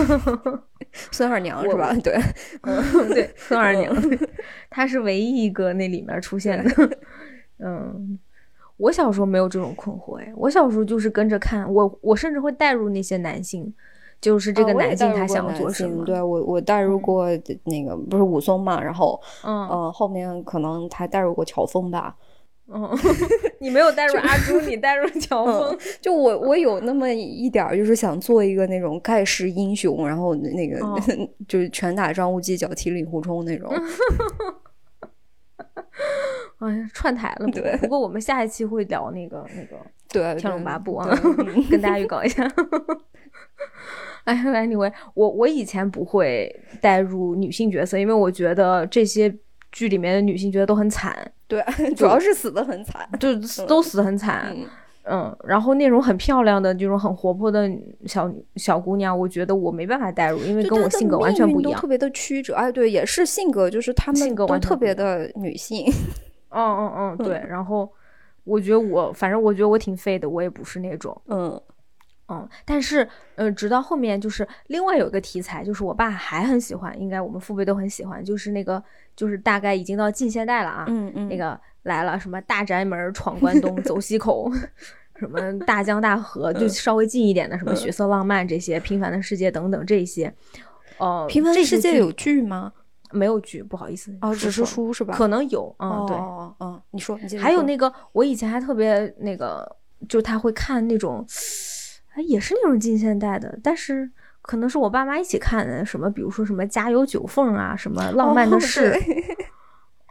Speaker 2: 孙二娘是吧？对，
Speaker 1: 嗯 对孙二娘，她是唯一一个那里面出现的 嗯，我小时候没有这种困惑，哎，我小时候就是跟着看，我我甚至会带入那些男性，就是这
Speaker 2: 啊
Speaker 1: 个
Speaker 2: 我也
Speaker 1: 男性
Speaker 2: 带入
Speaker 1: 他
Speaker 2: 过
Speaker 1: 想要做
Speaker 2: 男
Speaker 1: 什
Speaker 2: 性
Speaker 1: 么，
Speaker 2: 对我，我带入过那个不是武松嘛，然后
Speaker 1: 嗯
Speaker 2: 呃后面可能还带入过乔峰吧。
Speaker 1: 嗯， 你没有带入阿朱，你带入乔峰，
Speaker 2: 就我
Speaker 1: 嗯
Speaker 2: 我有那么一点儿，就是想做一个那种盖世英雄，然后那个、
Speaker 1: 哦 嗯
Speaker 2: 就是拳打张无忌，脚踢令狐冲那种。
Speaker 1: 哎呀，串台了，
Speaker 2: 对
Speaker 1: 不过我们下一期会聊那个那个
Speaker 2: 对，
Speaker 1: 《
Speaker 2: 对
Speaker 1: 天龙八部》啊
Speaker 2: 对嗯，
Speaker 1: 跟大家预告一下。哎，anyway，我我以前不会带入女性角色，因为我觉得这些剧里面的女性角色都很惨，
Speaker 2: 对，主要是死的很惨。
Speaker 1: 就都死得很惨。
Speaker 2: 嗯
Speaker 1: 嗯，然后那种很漂亮的、这种很活泼的小小姑娘，我觉得我没办法代入，因为
Speaker 2: 就
Speaker 1: 跟
Speaker 2: 她
Speaker 1: 我
Speaker 2: 的
Speaker 1: 性格完
Speaker 2: 命
Speaker 1: 全
Speaker 2: 运
Speaker 1: 不一
Speaker 2: 都
Speaker 1: 样
Speaker 2: 特。别的曲折。哎，对，也是性格，就是他
Speaker 1: 性
Speaker 2: 们
Speaker 1: 格
Speaker 2: 都
Speaker 1: 完全
Speaker 2: 特
Speaker 1: 不一
Speaker 2: 别的女性。
Speaker 1: 嗯嗯嗯，对。然后我觉得我，反正我觉得我挺废的，我也不是那种。
Speaker 2: 嗯，
Speaker 1: 嗯，但是，呃，直到后面就是另外有一个题材，就是我爸还很喜欢，应该我们父辈都很喜欢，就是那个，就是大概已经到近现代了啊，
Speaker 2: 嗯嗯
Speaker 1: 那个来了什么大宅门闯关东，走西口， 什么大江大河，就稍微近一点的什么血色浪漫这些，平凡的世界等等这些，呃，
Speaker 2: 平凡
Speaker 1: 这
Speaker 2: 的世
Speaker 1: 些
Speaker 2: 界
Speaker 1: 剧
Speaker 2: 有剧吗？
Speaker 1: 没有剧？不好意思，
Speaker 2: 哦，只是
Speaker 1: 错了，
Speaker 2: 书是吧？
Speaker 1: 可能有，嗯，
Speaker 2: 哦，
Speaker 1: 对，
Speaker 2: 哦，哦哦你说，你接着
Speaker 1: 还有
Speaker 2: 说
Speaker 1: 那个，我以前还特别那个，就他会看那种，哎，也是那种近现代的，但是可能是我爸妈一起看的，什么比如说什么《家有九凤》啊，什么《浪漫的
Speaker 2: 哦
Speaker 1: 事》
Speaker 2: 对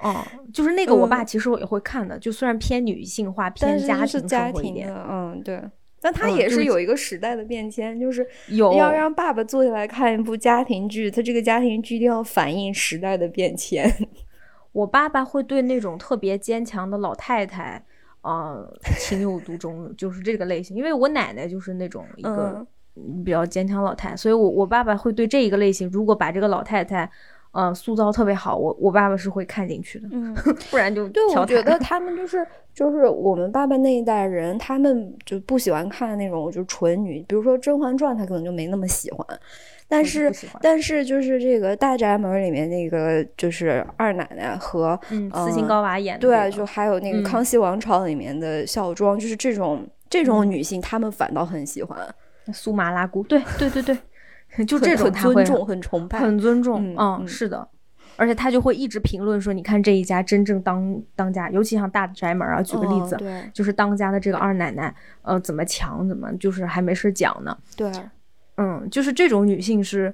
Speaker 1: 哦，就是那个我爸
Speaker 2: 嗯
Speaker 1: 其实我也会看的，就虽然偏女性化、偏
Speaker 2: 但是
Speaker 1: 家
Speaker 2: 就
Speaker 1: 庭
Speaker 2: 是家
Speaker 1: 生活一
Speaker 2: 庭
Speaker 1: 点，
Speaker 2: 的，嗯，对。但它
Speaker 1: 嗯
Speaker 2: 也
Speaker 1: 就是是
Speaker 2: 有一个时代的变迁，就是
Speaker 1: 有
Speaker 2: 要让爸爸坐下来看一部家庭剧，他这个家庭剧一定要反映时代的变迁。
Speaker 1: 我爸爸会对那种特别坚强的老太太。呃，情有独钟，就是这个类型。因为我奶奶就是那种一个
Speaker 2: 嗯，
Speaker 1: 比较坚强老太，所以我我爸爸会对这一个类型，如果把这个老太太，呃，塑造特别好，我我爸爸是会看进去的，
Speaker 2: 嗯，
Speaker 1: 不然就
Speaker 2: 对，
Speaker 1: 调侃
Speaker 2: 我觉 得他们就是就是我们爸爸那一代人，他们就不喜欢看那种就是纯女，比如说《甄嬛传》，他可能就没那么喜欢。但
Speaker 1: 我就是不喜欢
Speaker 2: 但是就是这个《大宅门》里面那个就是二奶奶和
Speaker 1: 嗯，
Speaker 2: 呃
Speaker 1: 斯琴高娃演的
Speaker 2: 对啊，
Speaker 1: 这
Speaker 2: 就
Speaker 1: 个
Speaker 2: 还有那个
Speaker 1: 嗯
Speaker 2: 《康熙王朝》里面的孝庄，就是这种这种
Speaker 1: 嗯
Speaker 2: 女性，她们反倒很喜欢，
Speaker 1: 苏麻拉姑，对对对对，就
Speaker 2: 很
Speaker 1: 这种
Speaker 2: 很
Speaker 1: 他会
Speaker 2: 尊重、很崇拜。
Speaker 1: 很尊重，
Speaker 2: 嗯
Speaker 1: 嗯，
Speaker 2: 嗯
Speaker 1: 是的。而且他就会一直评论说：“你看这一家真正当当家，尤其像大宅门啊，举个例
Speaker 2: 嗯
Speaker 1: 子，
Speaker 2: 对
Speaker 1: 就是当家的这个二奶奶，呃，怎么强，怎么就是还没事儿讲呢。
Speaker 2: 对，
Speaker 1: 嗯，就是这种女性是，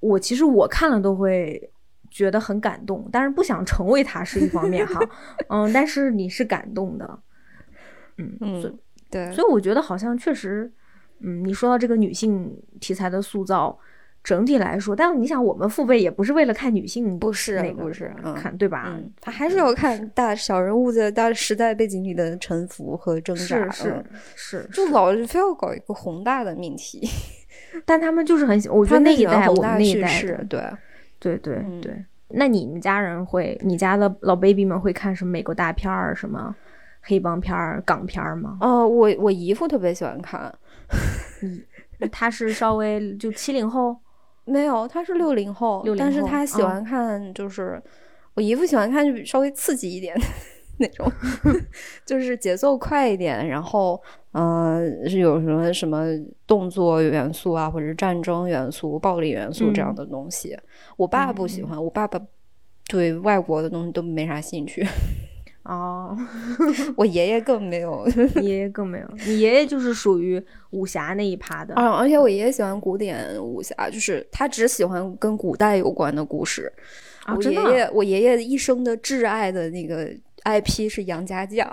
Speaker 1: 我其实我看了都会觉得很感动，但是不想成为她是一方面 哈，嗯，但是你是感动的，嗯，所以
Speaker 2: 嗯，对，
Speaker 1: 所以我觉得好像确实，嗯，你说到这个女性题材的塑造，整体来说，但你想我们父辈也不是为了看女性，
Speaker 2: 不是
Speaker 1: 那个
Speaker 2: 不是嗯
Speaker 1: 看对吧？
Speaker 2: 嗯，还是要看大小人物在大时代背景里的沉浮和挣
Speaker 1: 是
Speaker 2: 扎。
Speaker 1: 是
Speaker 2: 嗯
Speaker 1: 是，
Speaker 2: 就老是非要搞一个宏大的命题，
Speaker 1: 但他们就是很喜，我觉
Speaker 2: 他
Speaker 1: 得那
Speaker 2: 们
Speaker 1: 一
Speaker 2: 喜欢
Speaker 1: 代
Speaker 2: 宏
Speaker 1: 我们
Speaker 2: 大
Speaker 1: 那一
Speaker 2: 叙
Speaker 1: 代的
Speaker 2: 事，对，
Speaker 1: 对对
Speaker 2: 嗯
Speaker 1: 对，那你们家人会，你家的老 baby 们会看什么美国大片儿、什么黑帮片儿、港片儿吗？
Speaker 2: 哦，我我姨父特别喜欢看，
Speaker 1: 他是稍微就七零后，
Speaker 2: 没有，他是六零后，
Speaker 1: 60
Speaker 2: 但是
Speaker 1: 后
Speaker 2: 他喜
Speaker 1: 啊
Speaker 2: 欢看就是、我姨父喜欢看就稍微刺激一点的 那种，就是节奏快一点，然后呃是有什么什么动作元素啊，或者是战争元素、暴力元素这样
Speaker 1: 嗯
Speaker 2: 的东西。我爸不喜欢，我爸爸对外国的东西都没啥兴趣，
Speaker 1: 哦，
Speaker 2: 我爷爷更没有。
Speaker 1: 你爷爷更没有，你爷爷就是属于武侠那一趴的。
Speaker 2: 啊，而且我爷爷喜欢古典武侠，就是他只喜欢跟古代有关的故事。
Speaker 1: 啊，
Speaker 2: 我
Speaker 1: 真
Speaker 2: 爷
Speaker 1: 的啊
Speaker 2: 爷，我爷爷一生的挚爱的那个 IP 是杨家将。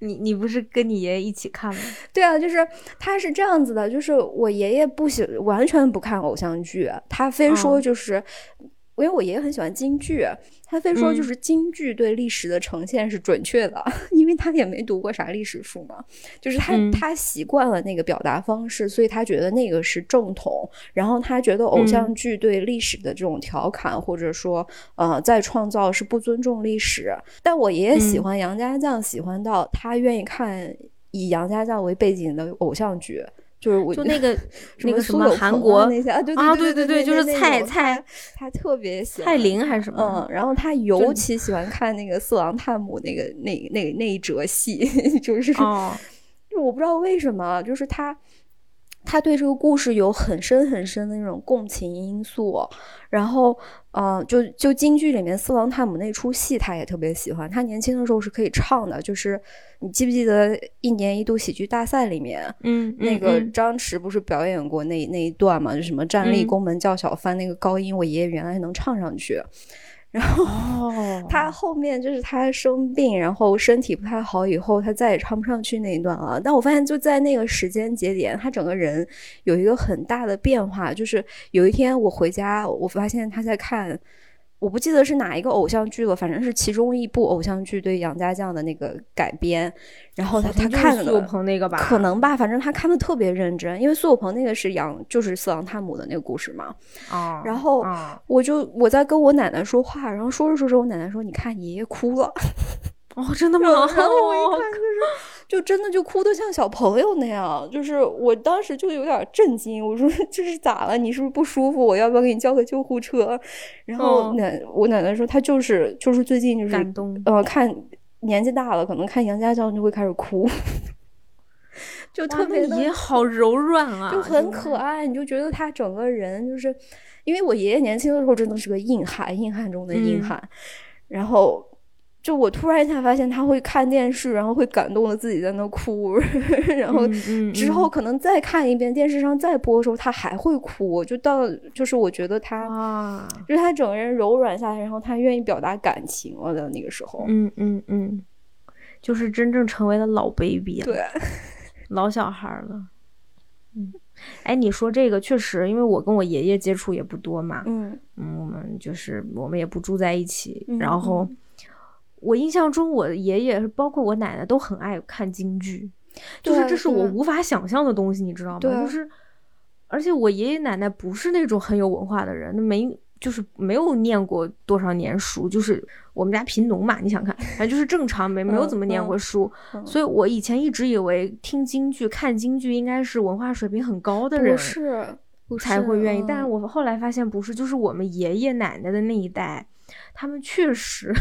Speaker 1: 你你不是跟你爷爷一起看吗？
Speaker 2: 对啊，就是他是这样子的，就是我爷爷不喜完全不看偶像剧，他非
Speaker 1: 嗯
Speaker 2: 说就是，因为我爷爷很喜欢京剧，他非说就
Speaker 1: 嗯
Speaker 2: 是京剧对历史的呈现是准确的， 因为他也没读过啥历史书嘛，就是他、
Speaker 1: 嗯
Speaker 2: 他习惯了那个表达方式，所以他觉得那个是正统，然后他觉得偶
Speaker 1: 嗯
Speaker 2: 像剧对历史的这种调侃、或者说呃再创造是不尊重历史，但我爷爷喜
Speaker 1: 嗯
Speaker 2: 欢杨家将，喜欢到他愿意看以杨家将为背景的偶像剧，就是我
Speaker 1: 就那个那个什
Speaker 2: 苏
Speaker 1: 么
Speaker 2: 有
Speaker 1: 韩
Speaker 2: 朋啊
Speaker 1: 国
Speaker 2: 那些啊，对
Speaker 1: 啊
Speaker 2: 对
Speaker 1: 对
Speaker 2: 对，
Speaker 1: 对就是
Speaker 2: 那
Speaker 1: 蔡
Speaker 2: 种
Speaker 1: 蔡
Speaker 2: 他他特别喜
Speaker 1: 蔡
Speaker 2: 欢
Speaker 1: 琳还是什么
Speaker 2: 嗯，然后他
Speaker 1: 就
Speaker 2: 尤其喜欢看那个色狼探母那个那那那一折戏， 就是、
Speaker 1: 哦，
Speaker 2: 就我不知道为什么，就是他他对这个故事有很深很深的那种共情因素，然后呃，就就京剧里面四郎探母那出戏，他也特别喜欢。他年轻的时候是可以唱的，就是你记不记得一年一度喜剧大赛里面，
Speaker 1: 嗯，
Speaker 2: 那
Speaker 1: 嗯
Speaker 2: 个
Speaker 1: 嗯
Speaker 2: 张弛不是表演过那那一段嘛，就什么站立
Speaker 1: 嗯
Speaker 2: 宫门叫小番那个高音，我爷爷原来能唱上去。然后
Speaker 1: 哦，
Speaker 2: 他后面就是他生病，然后身体不太好以后，他再也唱不上去那一段了。但我发现就在那个时间节点，他整个人有一个很大的变化，就是有一天我回家，我发现他在看。我不记得是哪一个偶像剧了，反正是其中一部偶像剧对杨家将的那个改编，然后他
Speaker 1: 好像哦
Speaker 2: 他
Speaker 1: 就是
Speaker 2: 看了，
Speaker 1: 苏有朋那个吧，
Speaker 2: 可能吧，反正他看的特别认真，因为苏有朋那个是杨，就是四郎探母的那个故事嘛。
Speaker 1: 哦，
Speaker 2: 然后
Speaker 1: 哦
Speaker 2: 我就我在跟我奶奶说话，然后说着说着，我奶奶说：“你看爷爷哭了。
Speaker 1: 哦，真的”吗？
Speaker 2: 然后我一
Speaker 1: 哦
Speaker 2: 看就是，就真的就哭得像小朋友那样，就是我当时就有点震惊，我说 这是咋了？你是不是不舒服？我要不要给你叫个救护车？然后
Speaker 1: 嗯
Speaker 2: 奶、我奶奶说她就是就是最近就是
Speaker 1: 感动，
Speaker 2: 呃，看年纪大了，可能看杨家将就会开始哭， 就
Speaker 1: 哇
Speaker 2: 特别
Speaker 1: 那
Speaker 2: 的
Speaker 1: 也好柔软啊，
Speaker 2: 就很
Speaker 1: 真的
Speaker 2: 可爱，你就觉得他整个人就是，因为我爷爷年轻的时候真的是个硬汉，硬汉中的硬
Speaker 1: 嗯
Speaker 2: 汉，然后。就我突然一下发现他会看电视，然后会感动的自己在那哭， 然后
Speaker 1: 嗯嗯
Speaker 2: 之
Speaker 1: 嗯
Speaker 2: 后可能再看一遍电视上再播的时候，他还会哭。我就到就是我觉得他
Speaker 1: 哇，
Speaker 2: 就是他整个人柔软下来，然后他愿意表达感情了的那个时候，
Speaker 1: 嗯嗯嗯，就是真正成为了老 baby 了，
Speaker 2: 对，
Speaker 1: 老小孩儿了。嗯，哎，你说这个确实，因为我跟我爷爷接触也不多嘛，
Speaker 2: 嗯
Speaker 1: 嗯，我们就是我们也不住在一起，
Speaker 2: 嗯
Speaker 1: 然后我印象中我爷爷包括我奶奶都很爱看京剧，就是
Speaker 2: 对
Speaker 1: 这是我
Speaker 2: 对
Speaker 1: 无法想象的东西，你知道吗？
Speaker 2: 对
Speaker 1: 就是而且我爷爷奶奶不是那种很有文化的人，那没。就是没有念过多少年书，就是我们家贫农嘛，你想看，反正就是正常没没有
Speaker 2: 嗯
Speaker 1: 怎么念
Speaker 2: 嗯
Speaker 1: 过书，
Speaker 2: 嗯
Speaker 1: 所以我以前一直以为听京剧、看京剧应该是文化水平很高的人，
Speaker 2: 不是不
Speaker 1: 才
Speaker 2: 是
Speaker 1: 会愿意。但是
Speaker 2: 嗯
Speaker 1: 我后来发现不是，就是我们爷爷奶奶的那一代，他们确 实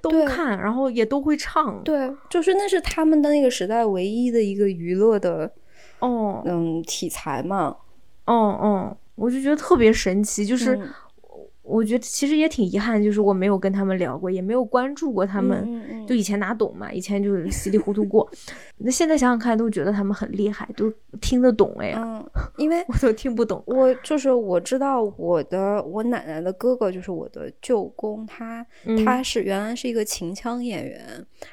Speaker 1: 都
Speaker 2: 对
Speaker 1: 看，然后也都会唱。，
Speaker 2: 对，就是那是他们的那个时代唯一的一个娱乐的
Speaker 1: 哦，
Speaker 2: 嗯题材嘛，
Speaker 1: 哦哦，我就觉得特别神奇，就是。
Speaker 2: 嗯
Speaker 1: 我觉得其实也挺遗憾，就是我没有跟他们聊过，也没有关注过他们。
Speaker 2: 嗯嗯
Speaker 1: 就以前哪懂嘛，以前就是稀里糊涂 过。那现在想想看，都觉得他们很厉害，都听得懂哎，
Speaker 2: 嗯，因为
Speaker 1: 我都听不懂。
Speaker 2: 我就是我知道我的我奶奶的哥哥就是我的舅公，他、
Speaker 1: 嗯
Speaker 2: 他是原来是一个秦腔演员，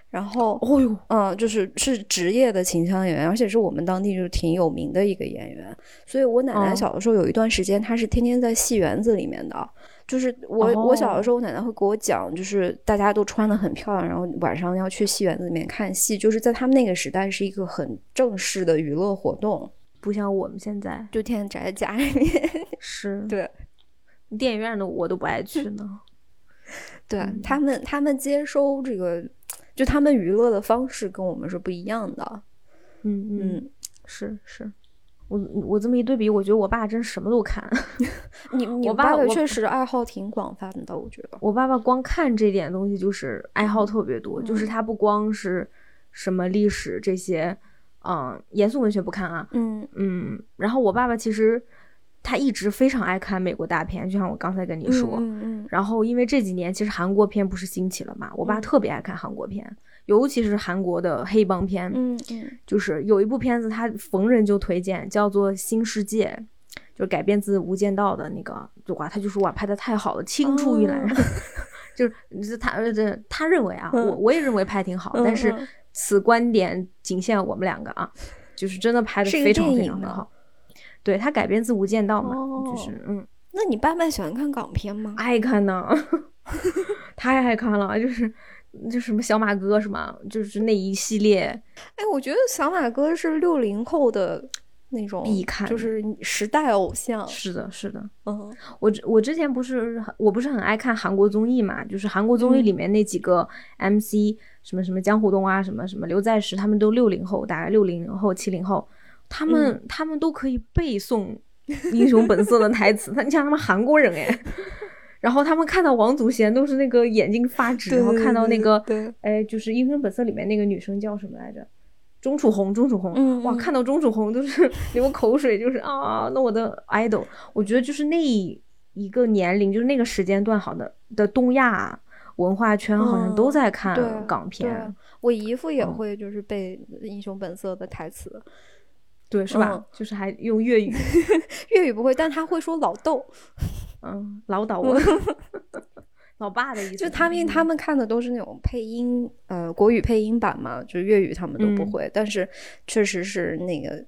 Speaker 2: 然后
Speaker 1: 哦呦，
Speaker 2: 嗯，就是是职业的秦腔演员，而且是我们当地就是挺有名的一个演员。所以我奶奶
Speaker 1: 哦
Speaker 2: 小的时候有一段时间，她是天天在戏园子里面的。就是我、我小
Speaker 1: 哦
Speaker 2: 的时候，我奶奶会给我讲，就是大家都穿的很漂亮，然后晚上要去戏园子里面看戏，就是在他们那个时代是一个很正式的娱乐活动，
Speaker 1: 不像我们现在
Speaker 2: 就天天宅在家里面。
Speaker 1: 是
Speaker 2: 对
Speaker 1: 电影院的我都不爱 去呢。
Speaker 2: 对，
Speaker 1: 嗯
Speaker 2: 他们他们接收这个，就他们娱乐的方式跟我们是不一样的。
Speaker 1: 嗯嗯。
Speaker 2: 嗯，
Speaker 1: 是是，我我这么一对比，我觉得我爸真什么都看。
Speaker 2: 你你
Speaker 1: 我爸
Speaker 2: 爸爸
Speaker 1: 我
Speaker 2: 确实爱好挺广泛的，我觉得。
Speaker 1: 我爸爸光看这点东西就是爱好特别多，
Speaker 2: 嗯
Speaker 1: 就是他不光是什么历史这些，嗯，严肃文学不看啊，
Speaker 2: 嗯
Speaker 1: 嗯，然后我爸爸其实他一直非常爱看美国大片，就像我刚才跟你说。
Speaker 2: 嗯嗯
Speaker 1: 然后，因为这几年其实韩国片不是兴起了嘛，我爸
Speaker 2: 嗯
Speaker 1: 特别爱看韩国片，尤其是韩国的黑帮片。
Speaker 2: 嗯嗯
Speaker 1: 就是有一部片子，他逢人就推荐，叫做《新世界》，就改编自《无间道》的那个，就哇，他就说哇，拍的太好了，青
Speaker 2: 哦
Speaker 1: 出于蓝。 就是他呃这他认为啊，
Speaker 2: 嗯
Speaker 1: 我我也认为拍挺好，
Speaker 2: 嗯
Speaker 1: 但是
Speaker 2: 嗯
Speaker 1: 此观点仅限我们两个啊，就是真的拍的
Speaker 2: 是一个
Speaker 1: 非常
Speaker 2: 电
Speaker 1: 非
Speaker 2: 影
Speaker 1: 常的
Speaker 2: 吗
Speaker 1: 好。对他改编自《无间道》嘛，
Speaker 2: 哦
Speaker 1: 就是嗯，
Speaker 2: 那你爸爸喜欢看港片吗？
Speaker 1: 爱看呢， 太爱看了，就是就什么小马哥是吗？就是那一系列，
Speaker 2: 哎，我觉得小马哥是六零后的那种
Speaker 1: 必看
Speaker 2: 就是时代偶像。
Speaker 1: 是的，是的。
Speaker 2: 嗯
Speaker 1: 我之我之前不是很我不是很爱看韩国综艺嘛，就是韩国综
Speaker 2: 嗯
Speaker 1: 艺里面那几个 MC、什么什么江湖东啊，什么什么刘在石，他们都六零后，大概六零后、七零后，他们、
Speaker 2: 嗯
Speaker 1: 他们都可以背诵 《英雄本色》的台词。他你像他们韩国人哎， 然后他们看到王祖贤都是那个眼睛发直，然后看到那个
Speaker 2: 对，
Speaker 1: 哎，就是《英雄本色》里面那个女生叫什么来着？钟楚红，钟楚红，
Speaker 2: 嗯
Speaker 1: 哇，
Speaker 2: 嗯
Speaker 1: 看到钟楚红都是 流口水，就是啊，那我的 idol，我觉得就是那一个年龄，就是那个时间段，好的的东亚文化圈好像
Speaker 2: 嗯
Speaker 1: 都在看
Speaker 2: 对
Speaker 1: 港片，
Speaker 2: 对啊我姨父也
Speaker 1: 嗯
Speaker 2: 会就是背《英雄本色》的台词，
Speaker 1: 对是吧？
Speaker 2: 嗯
Speaker 1: 就是还用粤语，
Speaker 2: 粤语不会，但他会说老豆，
Speaker 1: 嗯，老倒我， 老爸的意思，
Speaker 2: 嗯
Speaker 1: 嗯
Speaker 2: 就他们因为他们看的都是那种配音，呃，国语配音版嘛，就粤语他们都不
Speaker 1: 嗯
Speaker 2: 会，但是确实是那个。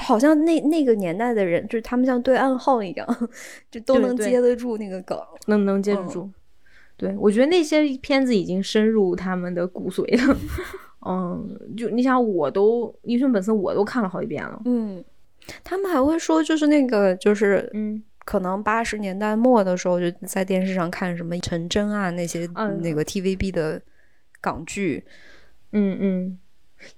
Speaker 2: 好像那那个年代的人，就是他们像对暗号一样， 就都
Speaker 1: 对
Speaker 2: 能
Speaker 1: 对
Speaker 2: 接得住那个梗。
Speaker 1: 能不能接得
Speaker 2: 嗯
Speaker 1: 住？对，我觉得那些片子已经深入他们的骨髓了。 嗯，就你想，我都《英雄本色》我都看了好几遍了。
Speaker 2: 嗯，他们还会说，就是那个，就是
Speaker 1: 嗯，
Speaker 2: 可能八十年代末的时候，就在电视上看什么陈真啊那些、
Speaker 1: 嗯
Speaker 2: 那个 TVB 的港剧，
Speaker 1: 嗯嗯，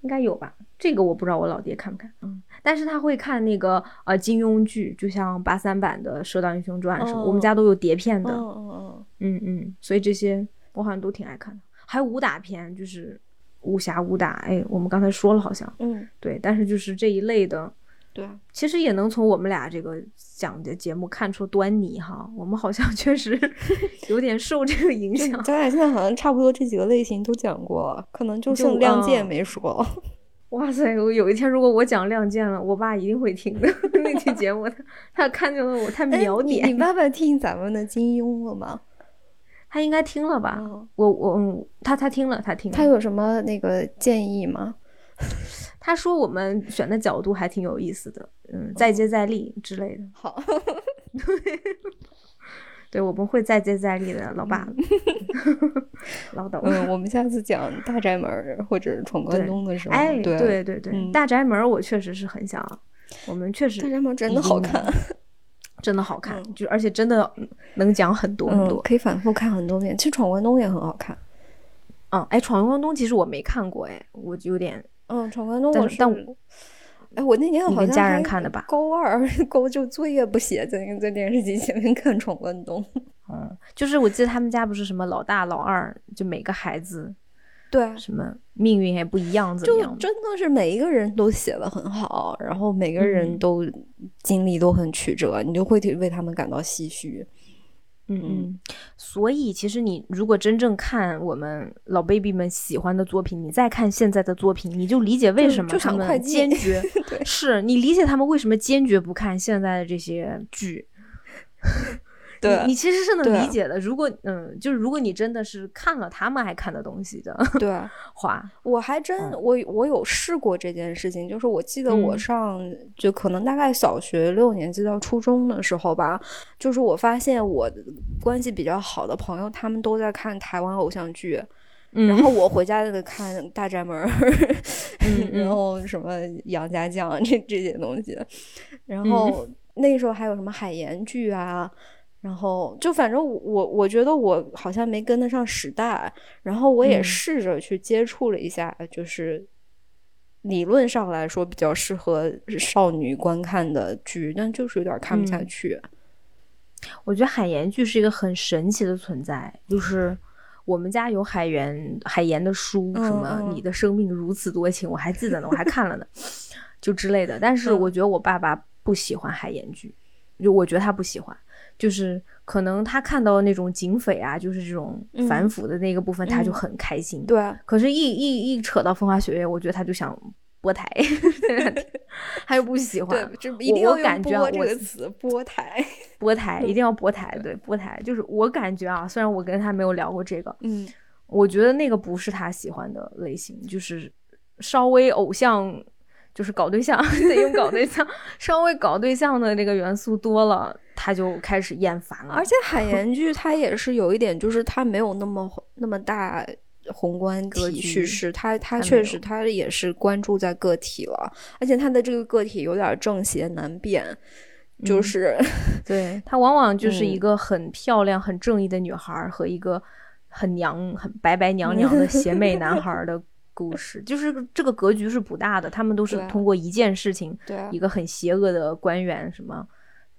Speaker 1: 应该有吧？这个我不知道我老爹看不看，嗯，但是他会看那个呃金庸剧，就像八三版的《射雕英雄传》什么，我们
Speaker 2: 哦
Speaker 1: 家都有碟片的，
Speaker 2: 嗯嗯嗯，
Speaker 1: 嗯嗯，所以这些我好像都挺爱看的。还有武打片，就是武侠武打，哎，我们刚才说了好像
Speaker 2: 嗯，
Speaker 1: 对，但是就是这一类的，
Speaker 2: 对啊，
Speaker 1: 其实也能从我们俩这个讲的节目看出端倪哈，我们好像 确实有点受这个影响。
Speaker 2: 咱俩现在好像差不多这几个类型都讲过了，可能就
Speaker 1: 就
Speaker 2: 剩《亮剑》
Speaker 1: 嗯
Speaker 2: 没说。
Speaker 1: 哇塞！我有一天如果我讲《亮剑》了，我爸一定会听 的那期节目，他他看见了我，他
Speaker 2: 哎
Speaker 1: 秒
Speaker 2: 你
Speaker 1: 嗯点，
Speaker 2: 你爸爸听咱们的金庸了吗？
Speaker 1: 他应该听了吧？
Speaker 2: 嗯
Speaker 1: 我我嗯，他他听了，他听了，
Speaker 2: 他有什么那个建议吗？
Speaker 1: 他说我们选的角度还挺有意思的，嗯，
Speaker 2: 哦
Speaker 1: 再接再厉之类的。
Speaker 2: 好，
Speaker 1: 对，我们会再接再厉的，老 爸，老叨。
Speaker 2: 嗯，我们下次讲《大宅门》或者《闯关
Speaker 1: 对
Speaker 2: 东》的时候，
Speaker 1: 哎，
Speaker 2: 对，
Speaker 1: 对对对，
Speaker 2: 嗯
Speaker 1: 大宅门》我确实是很想，我们确实
Speaker 2: 大宅门》真的好看。
Speaker 1: 真的好看，
Speaker 2: 嗯
Speaker 1: 就而且真的能讲很多很
Speaker 2: 嗯
Speaker 1: 多，。
Speaker 2: 可以反复看很多遍。其实《闯关东》也很好看。
Speaker 1: 嗯，哎，《闯关东》其实我没看过，哎，我就有点
Speaker 2: 嗯，《闯关东》
Speaker 1: 但
Speaker 2: 我
Speaker 1: 是
Speaker 2: 是，
Speaker 1: 但
Speaker 2: 哎，我那年好
Speaker 1: 你
Speaker 2: 像
Speaker 1: 跟家人
Speaker 2: 还
Speaker 1: 看的吧
Speaker 2: 高二 高就作业不写，在在电视机前面看《闯关东》。
Speaker 1: 嗯，就是我记得他们家不是什么老大老二，就每个孩子
Speaker 2: 对啊，
Speaker 1: 什么命运也不一样，怎么
Speaker 2: 就
Speaker 1: 样的？
Speaker 2: 真的是每一个人都写的很好，然后每个人
Speaker 1: 嗯
Speaker 2: 都经历都很曲折，你就会挺为他们感到唏嘘。
Speaker 1: 嗯嗯。所以其实你如果真正看我们老 baby 们喜欢的作品，你再看现在的作品，你就理解为
Speaker 2: 就
Speaker 1: 什么
Speaker 2: 就
Speaker 1: 他
Speaker 2: 想快
Speaker 1: 们
Speaker 2: 进
Speaker 1: 坚决
Speaker 2: 对，
Speaker 1: 是你理解他们为什么坚决不看现在的这些 剧。你你其实是能
Speaker 2: 对啊
Speaker 1: 理解的。如果嗯，就是如果你真的是看了他们爱看的东西的
Speaker 2: 对，啊
Speaker 1: 话，
Speaker 2: 我还真
Speaker 1: 嗯
Speaker 2: 我我有试过这件事情，就是我记得我
Speaker 1: 嗯
Speaker 2: 上就可能大概小学六年级到初中的时候吧，就是我发现我关系比较好的朋友，他们都在看台湾偶像剧，
Speaker 1: 嗯，
Speaker 2: 然后我回家就看《大宅门》
Speaker 1: 嗯嗯
Speaker 2: 然后什么《杨家将》这这些东西，然
Speaker 1: 嗯
Speaker 2: 后那个时候还有什么海盐剧啊。然后就反正我我觉得我好像没跟得上时代，然后我也
Speaker 1: 嗯
Speaker 2: 试着去接触了一下，就是理论上来说比较适合少女观看的剧，但就是有点看不下
Speaker 1: 嗯
Speaker 2: 去。
Speaker 1: 我觉得海盐剧是一个很神奇的存在，就是我们家有海盐海盐的书，
Speaker 2: 嗯
Speaker 1: 什么
Speaker 2: 嗯
Speaker 1: 《你的生命如此多情》，我还记得呢，我还看了呢， 就之类的。但是
Speaker 2: 嗯
Speaker 1: 我觉得我爸爸不喜欢海盐剧，就我觉得他不喜欢，就是可能他看到那种警匪啊，就是这种
Speaker 2: 嗯
Speaker 1: 反腐的那个部分，他就
Speaker 2: 嗯
Speaker 1: 很开心。
Speaker 2: 对啊，
Speaker 1: 可是一，一一扯到风花雪月，我觉得他就想播台， 他又不喜欢。
Speaker 2: 对，这一
Speaker 1: 我
Speaker 2: 定
Speaker 1: 我
Speaker 2: 要用“
Speaker 1: 感觉啊
Speaker 2: 播”这
Speaker 1: 我
Speaker 2: 个词，播台。
Speaker 1: 播台
Speaker 2: 嗯
Speaker 1: 一定要播台，对，播台就是我感觉啊，虽然我跟他没有聊过这个，
Speaker 2: 嗯，
Speaker 1: 我觉得那个不是他喜欢的类型，就是稍微偶像，就是搞对象， 得用搞对象，稍微搞对象的这个元素多了，他就开始厌烦了。
Speaker 2: 而且海盐剧它也是有一点，就是它没有那么那么大宏观
Speaker 1: 格
Speaker 2: 体
Speaker 1: 局
Speaker 2: 叙事，它它
Speaker 1: 它
Speaker 2: 确
Speaker 1: 没
Speaker 2: 实
Speaker 1: 有
Speaker 2: 它也是关注在个体了，而且它的这个个体有点正邪难辨，就
Speaker 1: 嗯
Speaker 2: 是
Speaker 1: 对她往往就是
Speaker 2: 嗯
Speaker 1: 一个很漂亮、很正义的女孩儿和一个很娘、很白白娘娘的邪魅男孩儿的故事， 就是这个格局是不大的，他们都是
Speaker 2: 对啊
Speaker 1: 通过一件事情，
Speaker 2: 对啊
Speaker 1: 一，个很邪恶的官员什么，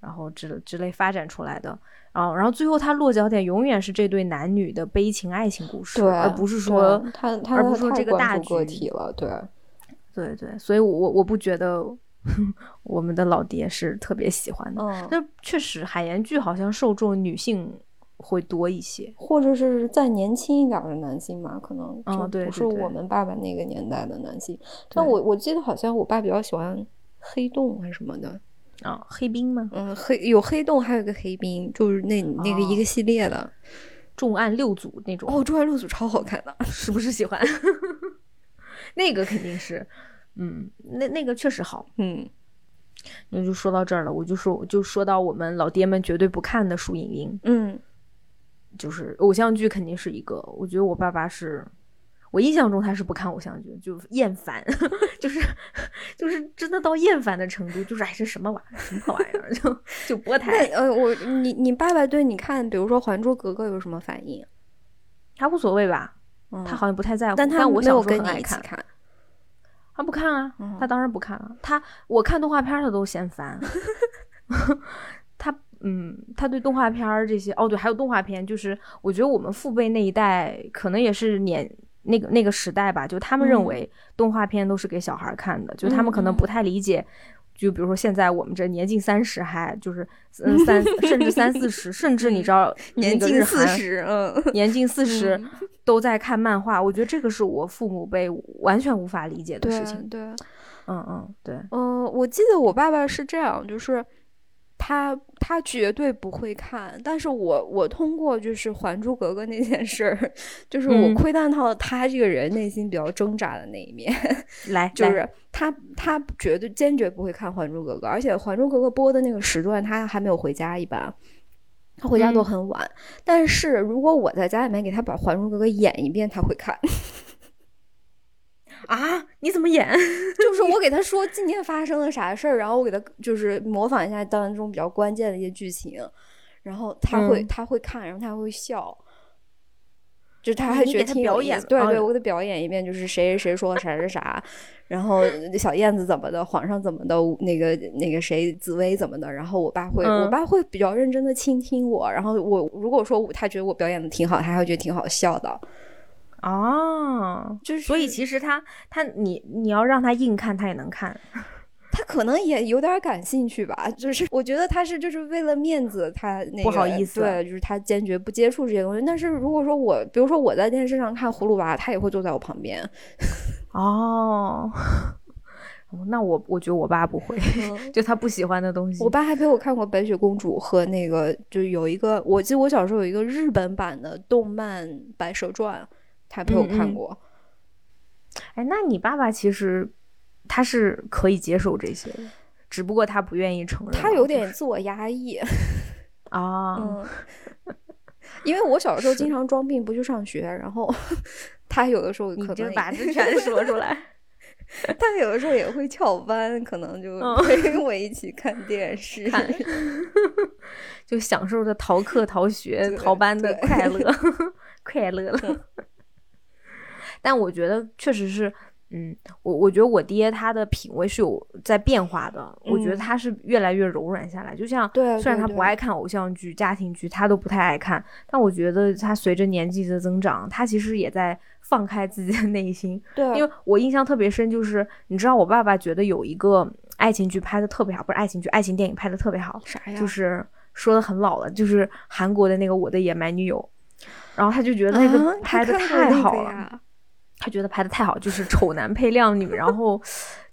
Speaker 1: 然后之之类发展出来的。然后，然后最后他落脚点永远是这对男女的悲情爱情故事，
Speaker 2: 对啊，
Speaker 1: 而不是
Speaker 2: 对
Speaker 1: 说
Speaker 2: 啊他他
Speaker 1: 而不是说
Speaker 2: 太
Speaker 1: 这个
Speaker 2: 关
Speaker 1: 大
Speaker 2: 注个
Speaker 1: 局
Speaker 2: 体了，对啊，
Speaker 1: 对对，所以我我我不觉得 我们的老爹是特别喜欢的，
Speaker 2: 嗯，
Speaker 1: 但确实海岩剧好像受众女性会多一些。
Speaker 2: 或者是再年轻一点儿的男性嘛，可能
Speaker 1: 嗯
Speaker 2: 就
Speaker 1: 对对
Speaker 2: 不是
Speaker 1: 对
Speaker 2: 我们爸爸那个年代的男性。但
Speaker 1: 对
Speaker 2: 我我记得好像我爸比较喜欢黑洞还是什么的，
Speaker 1: 啊、黑冰吗？
Speaker 2: 嗯，黑有黑洞，还有一个黑冰，就是那那个一
Speaker 1: 哦
Speaker 2: 个系列的。
Speaker 1: 重案六组那种，
Speaker 2: 哦，中外六组超好看的，
Speaker 1: 是不是喜欢？ 那个肯定是，嗯，那那个确实好。
Speaker 2: 嗯，
Speaker 1: 那就说到这儿了，我就说就说到我们老爹们绝对不看的《树影音
Speaker 2: 嗯，》，
Speaker 1: 就是偶像剧肯定是一个。我觉得我爸爸是，我印象中他是不看偶像剧，就厌烦， 就是就是真的到厌烦的程度，就是哎这什么玩意儿，什么破玩意儿， 就就播
Speaker 2: 那
Speaker 1: 台，
Speaker 2: 呃，我你你爸爸对你看，比如说《还珠格格》有什么反应？
Speaker 1: 他无所谓吧，
Speaker 2: 嗯
Speaker 1: 他好像不太在乎，
Speaker 2: 但
Speaker 1: 但
Speaker 2: 他
Speaker 1: 我
Speaker 2: 没
Speaker 1: 小
Speaker 2: 有
Speaker 1: 时候
Speaker 2: 跟
Speaker 1: 很
Speaker 2: 你
Speaker 1: 爱
Speaker 2: 一起
Speaker 1: 看。
Speaker 2: 看。
Speaker 1: 他不看啊，
Speaker 2: 嗯
Speaker 1: 他当然不看啊。他我看动画片儿他都嫌 烦，他嗯，他对动画片儿这些哦对，还有动画片，就是我觉得我们父辈那一代可能也是年那个那个时代吧，就他们认
Speaker 2: 嗯
Speaker 1: 为动画片都是给小孩儿看的，就他们可能
Speaker 2: 嗯嗯
Speaker 1: 不太理解。就比如说，现在我们这年近三十，还 就是嗯三甚至三四十，甚至你知道
Speaker 2: 年
Speaker 1: 那个
Speaker 2: 近
Speaker 1: 日
Speaker 2: 四
Speaker 1: 韩
Speaker 2: 十，嗯，
Speaker 1: 年近四十
Speaker 2: 嗯
Speaker 1: 都在看漫画，我觉得这个是我父母辈完全无法理解的
Speaker 2: 对
Speaker 1: 事
Speaker 2: 啊
Speaker 1: 情。
Speaker 2: 对啊。
Speaker 1: 嗯嗯，对，
Speaker 2: 嗯，我记得我爸爸是这样，就是他他绝对不会看，但是我我通过就是《还珠格格》那件事儿， 就是我
Speaker 1: 嗯
Speaker 2: 窥探到他这个人内心比较挣扎的那一面，
Speaker 1: 来，
Speaker 2: 就
Speaker 1: 来
Speaker 2: 是他他绝对坚决不会看《还珠格格》，而且《还珠格格》播的那个时段他还没有回家，一般。他回家都
Speaker 1: 嗯
Speaker 2: 很晚，但是如果我在家里面给他把《还珠格格》演一遍，他会看。
Speaker 1: 啊，你怎么演？
Speaker 2: 就是我给他说今天发生了啥事儿，然后我给他就是模仿一下当中比较关键的一些剧情，然后他会、
Speaker 1: 嗯
Speaker 2: 他会看，然后他会笑，就是他
Speaker 1: 哦
Speaker 2: 还
Speaker 1: 你
Speaker 2: 觉
Speaker 1: 给
Speaker 2: 得
Speaker 1: 他
Speaker 2: 挺有
Speaker 1: 表
Speaker 2: 意
Speaker 1: 演
Speaker 2: 思
Speaker 1: 了
Speaker 2: 对
Speaker 1: 哦
Speaker 2: 对，我给他表演一遍，就是谁谁说了啥是啥，然后小燕子怎么的，皇上怎么的，那个那个谁紫薇怎么的，然后我爸会、
Speaker 1: 嗯
Speaker 2: 我爸会比较认真的倾听我，然后我如果说我他觉得我表演的挺好，他还会觉得挺好笑的，
Speaker 1: 哦，
Speaker 2: 就是
Speaker 1: 所以其实他他你你要让他硬看，他也能看。
Speaker 2: 他可能也有点儿感兴趣吧， 就是我觉得他是就是为了面子，他那个
Speaker 1: 不好意思
Speaker 2: 对，就是他坚决不接触这些东西。但是如果说我，比如说我在电视上看《葫芦娃》，他也会坐在我旁边，
Speaker 1: 哦， 哦那我我觉得我爸不会， 就他不喜欢的东西。
Speaker 2: 我爸还陪我看过《白雪公主》和那个，就有一个，我记得我小时候有一个日本版的动漫《白蛇传》，他陪我
Speaker 1: 嗯
Speaker 2: 看
Speaker 1: 嗯
Speaker 2: 过。
Speaker 1: 哎，那你爸爸其实他是可以接受这些的，只不过他不愿意承认。
Speaker 2: 他有点自我 压抑，
Speaker 1: 啊，
Speaker 2: 嗯， 因为我小时候经
Speaker 1: 是
Speaker 2: 常装病不去上学，然后 他有的时候
Speaker 1: 你
Speaker 2: 可
Speaker 1: 这
Speaker 2: 能
Speaker 1: 把这全说出来。
Speaker 2: 他有的时候也会翘班，可能就
Speaker 1: 嗯
Speaker 2: 陪我一起看电视。
Speaker 1: 看就享受着逃 课、逃学、
Speaker 2: 对
Speaker 1: 逃班的
Speaker 2: 对
Speaker 1: 快乐， 快乐了。 但我觉得确实是，嗯，我我觉得我爹他的品味是有在变化的，我觉得
Speaker 2: 嗯
Speaker 1: 他是越来越柔软下来。就像
Speaker 2: 对
Speaker 1: 虽然
Speaker 2: 对
Speaker 1: 他不
Speaker 2: 对
Speaker 1: 爱看偶像剧、家庭剧，他都不太爱看，但我觉得他随着年纪的增长，他其实也在放开自己的内心，
Speaker 2: 对，啊
Speaker 1: 因为我印象特别深，就是你知道，我爸爸觉得有一个爱情剧拍的特别好，不是爱情剧，爱情电影拍的特别好，
Speaker 2: 啥哎呀？
Speaker 1: 就是说的很老了，就是韩国的那个《我的野蛮女友》，然后他就觉得那个
Speaker 2: 啊
Speaker 1: 拍的
Speaker 2: 他看过
Speaker 1: 太
Speaker 2: 那个
Speaker 1: 好了，
Speaker 2: 呀
Speaker 1: 他觉得拍的太好，就是丑男配靓女，然后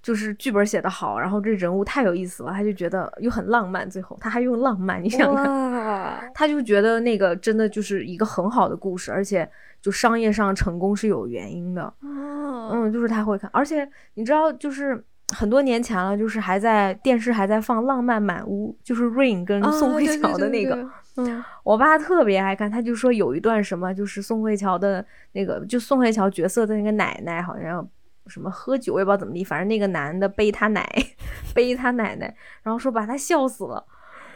Speaker 1: 就是剧本写的好，然后这人物太有意思了，他就觉得又很浪漫，最后他还用浪漫，你想看？
Speaker 2: 哇，
Speaker 1: 他就觉得那个真的就是一个很好的故事，而且就商业上成功是有原因的。
Speaker 2: 嗯，
Speaker 1: 嗯，就是他会看，而且你知道，就是很多年前了，就是还在电视还在放《浪漫满屋》，就是 Rain 跟
Speaker 2: 啊
Speaker 1: 宋慧
Speaker 2: 对对
Speaker 1: 乔的
Speaker 2: 对
Speaker 1: 那个。
Speaker 2: 对嗯，
Speaker 1: 我爸特别爱看，他就说有一段什么，就是宋慧乔的那个，就宋慧乔角色的那个奶奶好像什么喝酒，我也不知道怎么地，反正那个男的背他奶， 背他奶奶，然后说把他笑死了。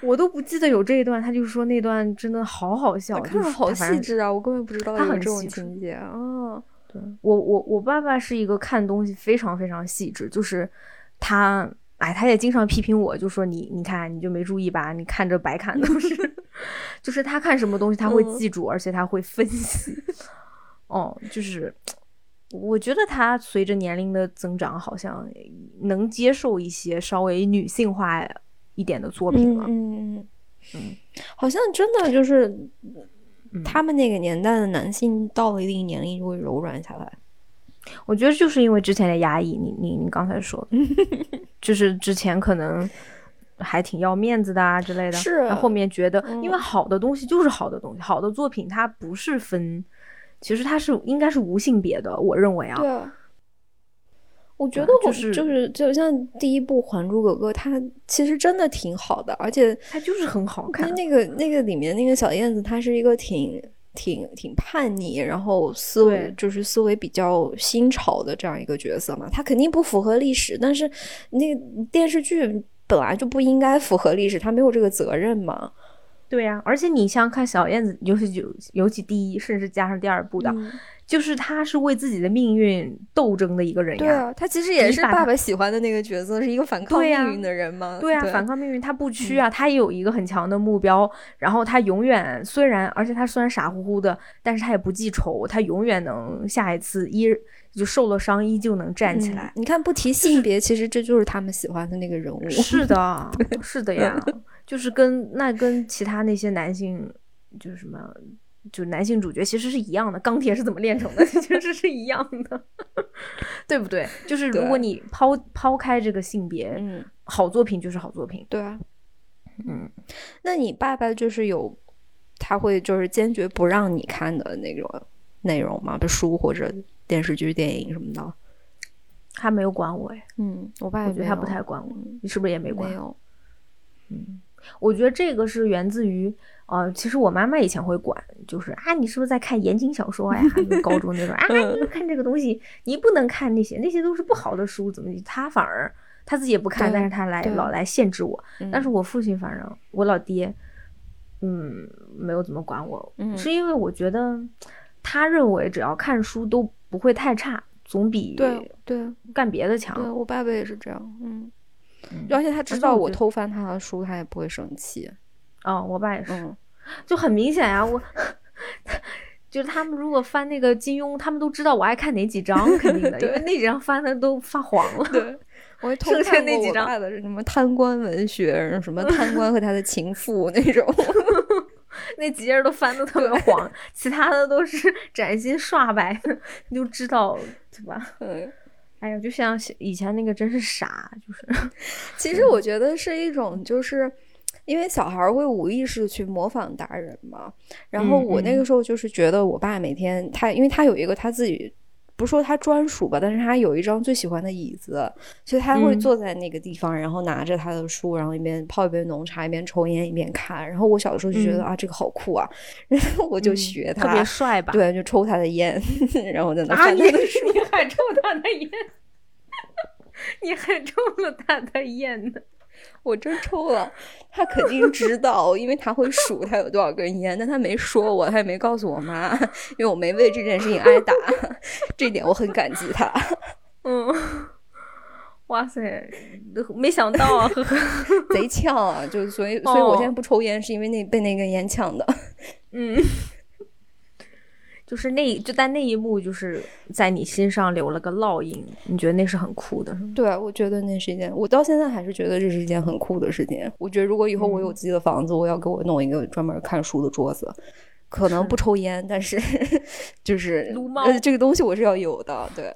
Speaker 1: 我都不记得有这一段，他就说那段真的好好笑，
Speaker 2: 我看
Speaker 1: 就
Speaker 2: 了
Speaker 1: 是
Speaker 2: 好
Speaker 1: 他反
Speaker 2: 细
Speaker 1: 正
Speaker 2: 致啊，我根本不知道
Speaker 1: 他
Speaker 2: 有
Speaker 1: 很
Speaker 2: 这种
Speaker 1: 细致
Speaker 2: 情节啊。嗯
Speaker 1: 对我我我爸爸是一个看东西非常非常细致，就是他哎，他也经常批评我，就说你你看你就没注意吧，你看着白看都是， 就是他看什么东西他会
Speaker 2: 嗯
Speaker 1: 记住，而且他会分析。 哦，就是我觉得他随着年龄的增长，好像能接受一些稍微女性化一点的作品
Speaker 2: 嗯
Speaker 1: 了。
Speaker 2: 嗯
Speaker 1: 嗯
Speaker 2: 嗯，好像真的就是
Speaker 1: 嗯
Speaker 2: 他们那个年代的男性到了一定年龄就会柔软下来。
Speaker 1: 我觉得就是因为之前的压抑，你你你刚才说的， 就是之前可能还挺要面子的啊之类的，
Speaker 2: 是
Speaker 1: 然后后面觉得，因为
Speaker 2: 嗯
Speaker 1: 好的东西就是好的东西，好的作品它不是分，其实它是应该是无性别的，我认为啊，
Speaker 2: 对啊，我
Speaker 1: 对
Speaker 2: 觉得
Speaker 1: 就
Speaker 2: 我
Speaker 1: 是
Speaker 2: 啊就是就像第一部《还珠格格》，它其实真的挺好的，而且
Speaker 1: 它就是很好
Speaker 2: 看啊
Speaker 1: 看。
Speaker 2: 那个那个里面那个小燕子，她是一个挺挺挺叛逆，然后思维
Speaker 1: 对
Speaker 2: 就是思维比较新潮的这样一个角色嘛。她肯定不符合历史，但是那个电视剧本来就不应该符合历史，她没有这个责任嘛。
Speaker 1: 对呀、而且你像看小燕子，尤其就尤其第一，甚至加上第二
Speaker 2: 嗯
Speaker 1: 部的，就是她是为自己的命运斗争的一个人
Speaker 2: 对
Speaker 1: 呀。
Speaker 2: 啊，她其实
Speaker 1: 你
Speaker 2: 也是
Speaker 1: 把
Speaker 2: 爸
Speaker 1: 她
Speaker 2: 爸喜欢的那个角色，是一个反抗
Speaker 1: 对
Speaker 2: 命
Speaker 1: 呀
Speaker 2: 运的人嘛。
Speaker 1: 对啊，反抗命运，他不屈
Speaker 2: 嗯
Speaker 1: 啊，他也有一个很强的目标，然后他永远虽然，而且他虽然傻乎乎的，但是他也不记仇，他永远能下一次依就受了伤依旧能站起
Speaker 2: 嗯
Speaker 1: 来。
Speaker 2: 你看，不提性别，其实这就是他们喜欢的那个人物。
Speaker 1: 是的， 是
Speaker 2: 嗯
Speaker 1: 的呀，就是跟那跟其他那些男性就是什么。就男性主角其实是一样的，钢铁是怎么炼成的， 其实是一样的， 对不对？就是如果
Speaker 2: 对
Speaker 1: 你抛抛开这个性别，
Speaker 2: 嗯，
Speaker 1: 好作品就是好作品。
Speaker 2: 对啊。
Speaker 1: 嗯，
Speaker 2: 那你爸爸就是有，他会就是坚决不让你看的那种内容吗？比如书或者电视剧、电影什么的。
Speaker 1: 他没有管我哎，
Speaker 2: 嗯，我爸
Speaker 1: 我
Speaker 2: 也
Speaker 1: 觉得
Speaker 2: 没
Speaker 1: 他
Speaker 2: 有
Speaker 1: 不太管我
Speaker 2: 嗯
Speaker 1: 你是不是也没管
Speaker 2: 没？有。
Speaker 1: 我觉得这个是源自于，呃，其实我妈妈以前会管，就是啊，你是不是在看言情小说呀？就高中那种啊，你就看这个东西，你不能看那些，那些都是不好的书，怎么地？她反而她自己也不看，
Speaker 2: 对
Speaker 1: 但是她来
Speaker 2: 对
Speaker 1: 老来限制我。
Speaker 2: 嗯
Speaker 1: 但是我父亲反正我老爹，嗯，没有怎么管我，
Speaker 2: 嗯
Speaker 1: 是因为我觉得他认为只要看书都不会太差，总比
Speaker 2: 对对
Speaker 1: 干别的强。
Speaker 2: 对，我爸爸也是这样。嗯，
Speaker 1: 啊嗯
Speaker 2: 而且他
Speaker 1: 而
Speaker 2: 知
Speaker 1: 且
Speaker 2: 道
Speaker 1: 我
Speaker 2: 我
Speaker 1: 觉得
Speaker 2: 偷翻他的书，他也不会生气。
Speaker 1: 哦，我爸也是。
Speaker 2: 嗯，
Speaker 1: 就很明显啊，我 就是他们如果翻那个金庸，他们都知道我爱看哪几 章，肯定的，因
Speaker 2: 对
Speaker 1: 为那几章翻的都发黄了。
Speaker 2: 对。我会偷
Speaker 1: 剩下
Speaker 2: 看
Speaker 1: 那
Speaker 2: 过
Speaker 1: 几
Speaker 2: 我
Speaker 1: 张
Speaker 2: 爸的什么贪官文学，什么贪官和他的情妇那 种。
Speaker 1: 那几页都翻的特别黄，其他的都是崭新刷白 的，你就知道对吧？
Speaker 2: 嗯，
Speaker 1: 哎呀，就像以前那个真是傻，就是
Speaker 2: 其实我觉得是一种，就是因为小孩儿会无意识地去模仿大人嘛。然后
Speaker 1: 嗯
Speaker 2: 我那
Speaker 1: 嗯
Speaker 2: 个时候就是觉得我爸每天他，因为他有一个他自己。不说他专属吧，但是他有一张最喜欢的椅子，所以他会
Speaker 1: 嗯
Speaker 2: 坐在那个地方，然后拿着他的书，然后一边泡一杯浓茶，一边抽烟，一边看。然后我小时候就觉得、
Speaker 1: 嗯
Speaker 2: 啊，这个好酷啊， 然后我就学
Speaker 1: 特
Speaker 2: 他，
Speaker 1: 别帅吧？
Speaker 2: 对，就抽他的烟， 然后在那
Speaker 1: 啊，
Speaker 2: 翻
Speaker 1: 你
Speaker 2: 他的
Speaker 1: 你还中他的烟， 你还中了他的烟呢？
Speaker 2: 我真抽了，他肯定知道，因为他会数他有多少根烟，但他没说我，他也没告诉我妈，因为我没为这件事情挨打， 这点我很感激他。
Speaker 1: 嗯，哇塞，没想到啊，呵呵。
Speaker 2: 贼呛啊，就所以，所以我
Speaker 1: 哦
Speaker 2: 现在不抽烟是因为那被那根烟呛的。
Speaker 1: 嗯，就是那就但那一幕就是在你心上留了个烙印，你觉得那是很酷的，是吗？
Speaker 2: 对，我觉得那是一件，我到现在还是觉得这是一件很酷的事情。我觉得如果以后我有自己的房子，我要给我弄一个专门看书的桌子。可能不抽烟，但是 就是
Speaker 1: 撸猫
Speaker 2: 呃这个东西我是要有的，对，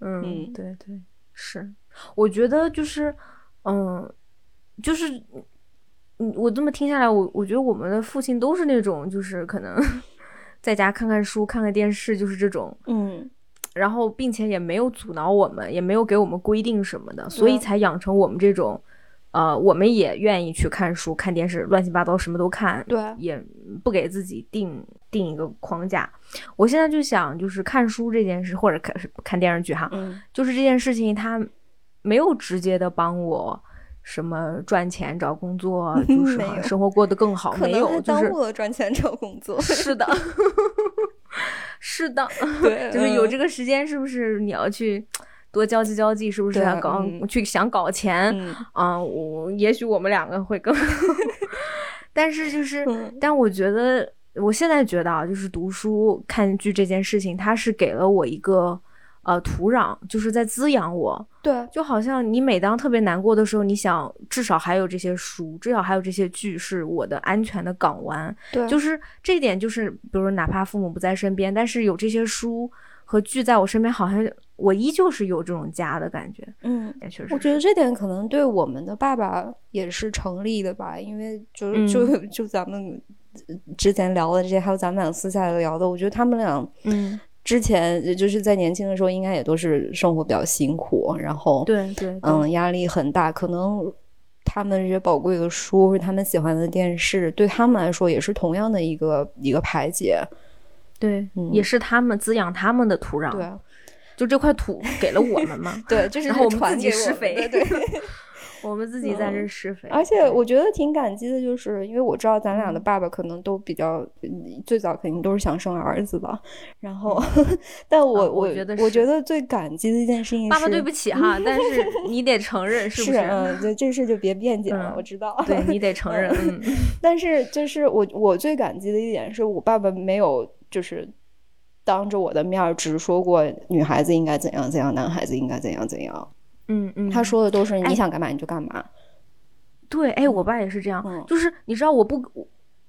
Speaker 1: 嗯，
Speaker 2: 嗯
Speaker 1: 对对，是，我觉得就是，嗯，就是，嗯，我这么听下来，我我觉得我们的父亲都是那种，就是可能 在家看看书、看看电视，就是这种，
Speaker 2: 嗯，
Speaker 1: 然后并且也没有阻挠我们，也没有给我们规定什么的，所
Speaker 2: 嗯
Speaker 1: 以才养成我们这种，呃，我们也愿意去看书、看电视，乱七八糟什么都看，
Speaker 2: 对，
Speaker 1: 也不给自己定定一个框架。我现在就想，就是看书这件事，或者看看电视剧哈，
Speaker 2: 嗯，
Speaker 1: 就是这件事情，它没有直接的帮我什么赚钱、找工 作，啊就是
Speaker 2: 没
Speaker 1: 好
Speaker 2: 有
Speaker 1: 生活过得更好，
Speaker 2: 可
Speaker 1: 没
Speaker 2: 能
Speaker 1: 有，
Speaker 2: 还
Speaker 1: 就
Speaker 2: 耽
Speaker 1: 是
Speaker 2: 误了赚钱找工 作。
Speaker 1: 是的，是适当，
Speaker 2: 对，
Speaker 1: 就是有这
Speaker 2: 个，
Speaker 1: 个时间，是不是你要去多交际交际？是不是
Speaker 2: 对
Speaker 1: 要搞、
Speaker 2: 嗯
Speaker 1: 去想搞钱？
Speaker 2: 嗯
Speaker 1: 啊、我也许我们两个会更， 但是就是，
Speaker 2: 嗯
Speaker 1: 但我觉得我现在觉得啊，就是读书看剧这件事情，它是给了我一个呃土壤，就是在滋养我。
Speaker 2: 对，
Speaker 1: 就好像你每当特别难过的时候，你想至少还有这些书，至少还有这些剧是我的安全的港湾。
Speaker 2: 对，
Speaker 1: 就是是这一点，就是比如哪怕父母不在身边，但是有这些书和剧在我身边，好像我依旧是有这种家的感觉。
Speaker 2: 嗯。
Speaker 1: 也确实是，
Speaker 2: 我觉得这点可能对我们的爸爸也是成立的吧，因为就是、
Speaker 1: 嗯
Speaker 2: 就就咱们呃之前聊的这些，还有咱们俩私下聊的，我觉得他们俩
Speaker 1: 嗯，
Speaker 2: 之前就是在年轻的时候，应该也都是生活比较辛苦，然后
Speaker 1: 对对，对
Speaker 2: 嗯压力很大，可能。他们这些宝贵的书，或者他们喜欢的电视，对他们来说也是同样的一个一个排解。
Speaker 1: 对，
Speaker 2: 嗯
Speaker 1: 也是他们滋养他们的土壤，
Speaker 2: 对，，
Speaker 1: 就这块土给了我们嘛
Speaker 2: 对， 就是
Speaker 1: 然后我们
Speaker 2: 传
Speaker 1: 自
Speaker 2: 给
Speaker 1: 己
Speaker 2: 我
Speaker 1: 施
Speaker 2: 们
Speaker 1: 肥
Speaker 2: 的，对， 嗯
Speaker 1: 我们自己在这施肥。
Speaker 2: 而且我觉得挺感激的，就是因为我知道咱俩
Speaker 1: 嗯
Speaker 2: 的爸爸可能都比较嗯最早肯定都是想生儿子吧，然后， 但我、
Speaker 1: 啊
Speaker 2: 我
Speaker 1: 我觉得
Speaker 2: 我
Speaker 1: 是
Speaker 2: 觉得最感激的一件事情是，
Speaker 1: 爸爸对不起哈，但是你得承认，是
Speaker 2: 是
Speaker 1: 不
Speaker 2: 嗯，对这事就别辩解了，
Speaker 1: 嗯
Speaker 2: 我知道。
Speaker 1: 对你得承认，嗯，
Speaker 2: 但是就是我我最感激的一点是我爸爸没有就是当着我的面儿直说过女孩子应该怎样怎样，男孩子应该怎样怎样，
Speaker 1: 嗯嗯，
Speaker 2: 他说的都是
Speaker 1: 哎
Speaker 2: 你想干嘛你就干嘛。
Speaker 1: 对，哎，我爸也是这样，
Speaker 2: 嗯
Speaker 1: 就是你知道，我不，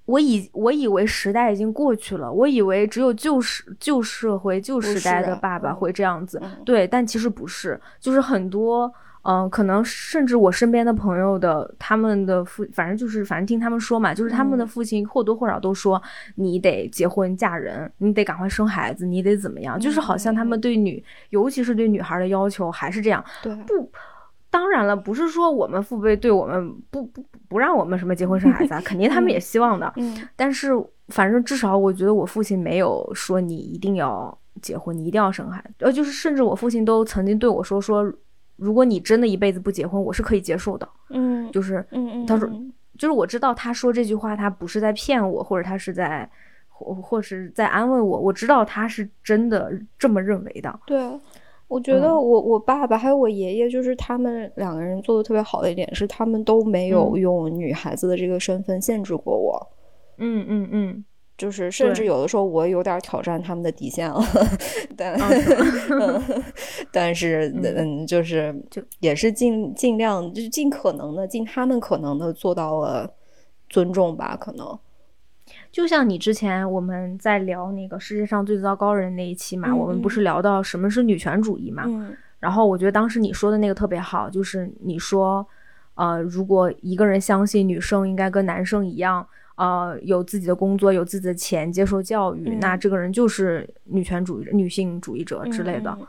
Speaker 1: 我以我以为时代已经过去了，我以为只有旧时旧社会旧时代
Speaker 2: 不是
Speaker 1: 的
Speaker 2: 啊
Speaker 1: 爸爸
Speaker 2: 嗯
Speaker 1: 会这样子，
Speaker 2: 嗯
Speaker 1: 对，但其实不是，就是很多。嗯，可能甚至我身边的朋友的，他们的父，反正就是，反正听他们说嘛，就是他们的
Speaker 2: 嗯
Speaker 1: 父亲或多或少都说，你得结婚嫁人，你得赶快生孩子，你得怎么样，
Speaker 2: 嗯
Speaker 1: 就是好像他们对女，尤其是对女孩的要求还是这样，
Speaker 2: 对，
Speaker 1: 不，当然了，不是说我们父辈对我们不不不让我们什么结婚生 孩子啊，肯定他们也希望的。
Speaker 2: 嗯
Speaker 1: 但是反正至少我觉得我父亲没有说你一定要结婚，你一定要生孩子，呃，就是甚至我父亲都曾经对我说说，如果你真的一辈子不结婚，我是可以接受的。
Speaker 2: 嗯
Speaker 1: 就是
Speaker 2: 嗯嗯，
Speaker 1: 他说
Speaker 2: 嗯
Speaker 1: 就是我知道他说这句话，他不是在骗我，或者他是在或或是在安慰我，我知道他是真的这么认为的。
Speaker 2: 对，啊我觉得
Speaker 1: 嗯
Speaker 2: 我我爸爸还有我爷爷，就是他们两个人做的特别好的一点是，他们都没有
Speaker 1: 嗯
Speaker 2: 用女孩子的这个身份限制过我。
Speaker 1: 嗯嗯嗯，
Speaker 2: 就是，甚至
Speaker 1: 对
Speaker 2: 有的时候我有点挑战他们的底线了，但、
Speaker 1: 啊是
Speaker 2: 但是
Speaker 1: 嗯
Speaker 2: 嗯，就是
Speaker 1: 就
Speaker 2: 也是尽尽量就尽可能的尽他们可能的做到了尊重吧，可能
Speaker 1: 就像你之前我们在聊那个世界上最糟糕人那一期嘛，
Speaker 2: 嗯
Speaker 1: 我们不
Speaker 2: 嗯
Speaker 1: 是聊到什么是女权主义嘛？
Speaker 2: 嗯
Speaker 1: 然后我觉得当时你说的那个特别好，就是你说，呃，如果一个人相信女生应该跟男生一样，呃，有自己的工作，有自己的钱，接受教育，
Speaker 2: 嗯
Speaker 1: 那这个人就是女权主义、女性主义者之类的。
Speaker 2: 嗯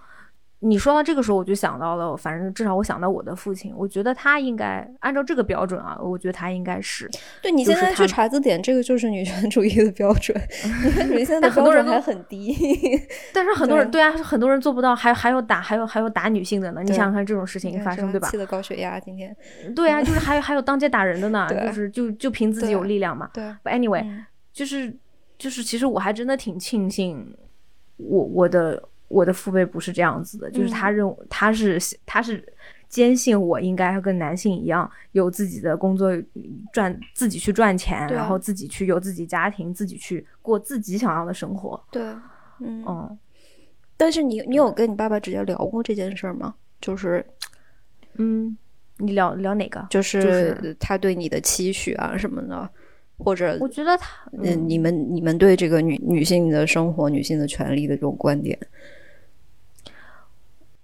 Speaker 1: 你说到这个时候，我就想到了，反正至少我想到我的父亲，我觉得他应该按照这个标准啊，我觉得他应该是，
Speaker 2: 对你
Speaker 1: 就
Speaker 2: 现
Speaker 1: 是
Speaker 2: 在
Speaker 1: 他
Speaker 2: 去
Speaker 1: 们
Speaker 2: 查字典，这个就是女权主义的标 准，女权主义现在的
Speaker 1: 但很
Speaker 2: 标
Speaker 1: 多
Speaker 2: 准
Speaker 1: 人都
Speaker 2: 还很低。
Speaker 1: 但是很多人
Speaker 2: 对
Speaker 1: 对啊，很多人做不到，还还有打，还有还有打女性的呢。你
Speaker 2: 对
Speaker 1: 想想看这种事 情发生，对吧
Speaker 2: 气？的高血压，今天
Speaker 1: 对啊，就是还有还有当街打人的呢，
Speaker 2: 对
Speaker 1: 就是就就凭自己有
Speaker 2: 对
Speaker 1: 力量嘛。
Speaker 2: 对，
Speaker 1: But anyway，、
Speaker 2: 嗯
Speaker 1: 就是就是，其实我还真的挺庆幸我，我的我的父辈不是这样子的，就是
Speaker 2: 嗯
Speaker 1: 他认他是他是坚信我应该跟男性一样，有自己的工作赚，自己去赚钱，
Speaker 2: 对啊
Speaker 1: 然后自己去有自己家庭，自己去过自己想要的生活。
Speaker 2: 对，嗯。
Speaker 1: 嗯
Speaker 2: 但是你你有跟你爸爸直接聊过这件事儿吗？就是
Speaker 1: 嗯，你聊聊哪个？
Speaker 2: 就是、
Speaker 1: 就是
Speaker 2: 他对你的期许啊什么的，或者
Speaker 1: 我觉得他，
Speaker 2: 嗯、你们你们对这个女女性的生活、女性的权利的这种观点，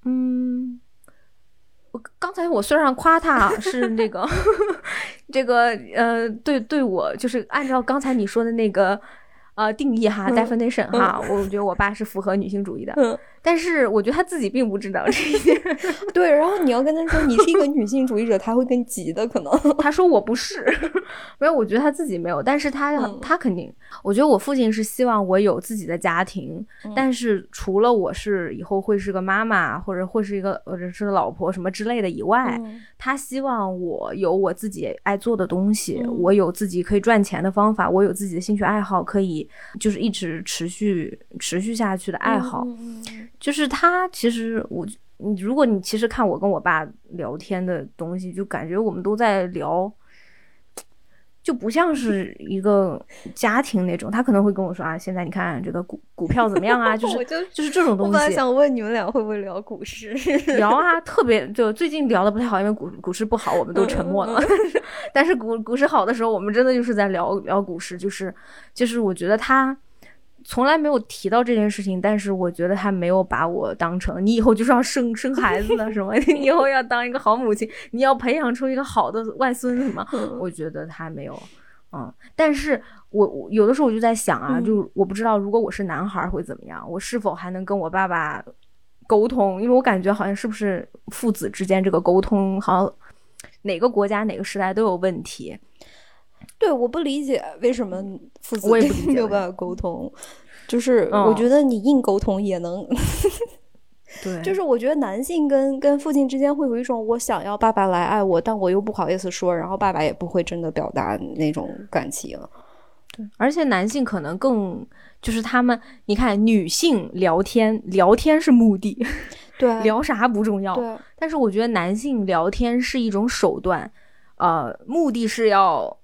Speaker 1: 嗯，我刚才我虽然夸他啊是那个 这个呃，对对我就是按照刚才你说的那个呃定义哈、
Speaker 2: 嗯
Speaker 1: definition 哈，我觉得我爸是符合女性主义的，
Speaker 2: 嗯，
Speaker 1: 但是我觉得他自己并不知道这一点，
Speaker 2: 对。然后你要跟他说你是一个女性主义者，他会更急的，可能。
Speaker 1: 他说我不是， 没有，我觉得他自己没有，但是他、
Speaker 2: 嗯
Speaker 1: 他肯定，我觉得我父亲是希望我有自己的家庭，
Speaker 2: 嗯
Speaker 1: 但是除了我是以后会是个妈妈或者会是一个或者是老婆什么之类的以外。
Speaker 2: 嗯
Speaker 1: 他希望我有我自己爱做的东西，
Speaker 2: 嗯
Speaker 1: 我有自己可以赚钱的方法，我有自己的兴趣爱好，可以就是一直持续持续下去的爱好。
Speaker 2: 嗯嗯
Speaker 1: 就是他其实我，你如果你其实看我跟我爸聊天的东西，就感觉我们都在聊，就不像 是一个家庭那种。他可能会跟我说啊，现在你看这个股股票怎么样 啊，就
Speaker 2: 我
Speaker 1: 是
Speaker 2: 就
Speaker 1: 就是这种
Speaker 2: 我
Speaker 1: 东
Speaker 2: 本来
Speaker 1: 西。
Speaker 2: 想问你们俩会不会聊股市，
Speaker 1: 聊啊，特别就最近聊的不太好，因为股股市不好，我们都沉默了。 但是股股市好的时候，我们真的就是在聊聊股市，就是就是我觉得他从来没有提到这件事情，但是我觉得他没有把我当成你以后就是要生生孩子的什么， 你以后要当一个好母亲，你要培养出一个好的外孙什么，我觉得他没有。嗯，但是我我有的时候我就在想啊，
Speaker 2: 嗯
Speaker 1: 就我不知道如果我是男孩儿会怎么样，我是否还能跟我爸爸沟通？因为我感觉好像是不是父子之间这个沟通，好像哪个国家哪个时代都有问题。
Speaker 2: 对，我不理解为什么父子
Speaker 1: 我也不理解
Speaker 2: 没有办法沟通。就是
Speaker 1: 嗯
Speaker 2: 我觉得你硬沟通也能，
Speaker 1: 对，
Speaker 2: 就是我觉得男性跟跟父亲之间会有一种我想要爸爸来爱我，但我又不好意思说，然后爸爸也不会真的表达那种感情。
Speaker 1: 而且男性可能更就是他们，你看女性聊天，聊天是目的，
Speaker 2: 对，
Speaker 1: 聊啥不重要，
Speaker 2: 对，
Speaker 1: 但是我觉得男性聊天是一种手段，呃，目的是要，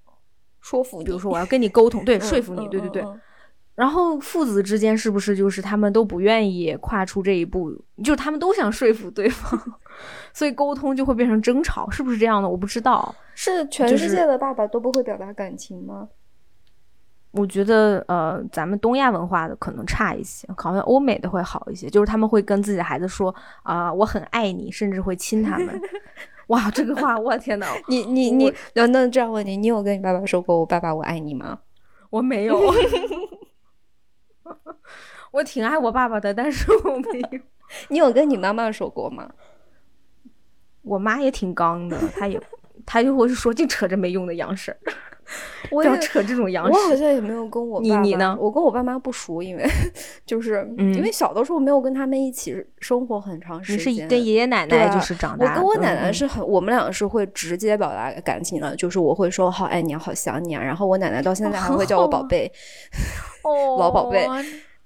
Speaker 2: 说服你，
Speaker 1: 比如说我要跟你沟通，对，
Speaker 2: 嗯
Speaker 1: 说服你，
Speaker 2: 嗯
Speaker 1: 对对
Speaker 2: 嗯
Speaker 1: 对。
Speaker 2: 嗯
Speaker 1: 然后父子之间是不是就是他们都不愿意跨出这一步，就是他们都想说服对方， 所以沟通就会变成争吵，是不是这样的？我不知道。
Speaker 2: 是全
Speaker 1: 就
Speaker 2: 世
Speaker 1: 是
Speaker 2: 界的爸爸都不会表达感情吗？
Speaker 1: 我觉得呃，咱们东亚文化的可能差一些，好像欧美的会好一些，就是他们会跟自己的孩子说啊、我很爱你，甚至会亲他们。哇，这个话，我天呐，
Speaker 2: 你你你，那那这样问你，你有跟你爸爸说过“我爸爸我爱你”吗？
Speaker 1: 我没有， 我挺爱我爸爸的，但是我没有。
Speaker 2: 你有跟你妈妈说过吗？
Speaker 1: 我妈也挺刚的，她也，她就会说净扯这没用的洋事儿，不
Speaker 2: 我也
Speaker 1: 要扯这种洋
Speaker 2: 我
Speaker 1: 事
Speaker 2: 好
Speaker 1: 儿。
Speaker 2: 像也没有跟我
Speaker 1: 你
Speaker 2: 爸
Speaker 1: 你
Speaker 2: 妈
Speaker 1: 呢
Speaker 2: 我跟我爸妈不熟，因为就是、
Speaker 1: 嗯
Speaker 2: 因为小的时候没有跟他们一起生活很长时
Speaker 1: 你是
Speaker 2: 间。
Speaker 1: 跟爷爷奶
Speaker 2: 对
Speaker 1: 奶
Speaker 2: 啊
Speaker 1: 就是长
Speaker 2: 我
Speaker 1: 大的，
Speaker 2: 跟我奶
Speaker 1: 嗯
Speaker 2: 奶，是很，我们俩是会直接表达感情的，就是我会说好爱你啊，好想你啊，然后我奶奶到现在还会叫我
Speaker 1: 啊
Speaker 2: 宝贝，
Speaker 1: 哦
Speaker 2: 老宝贝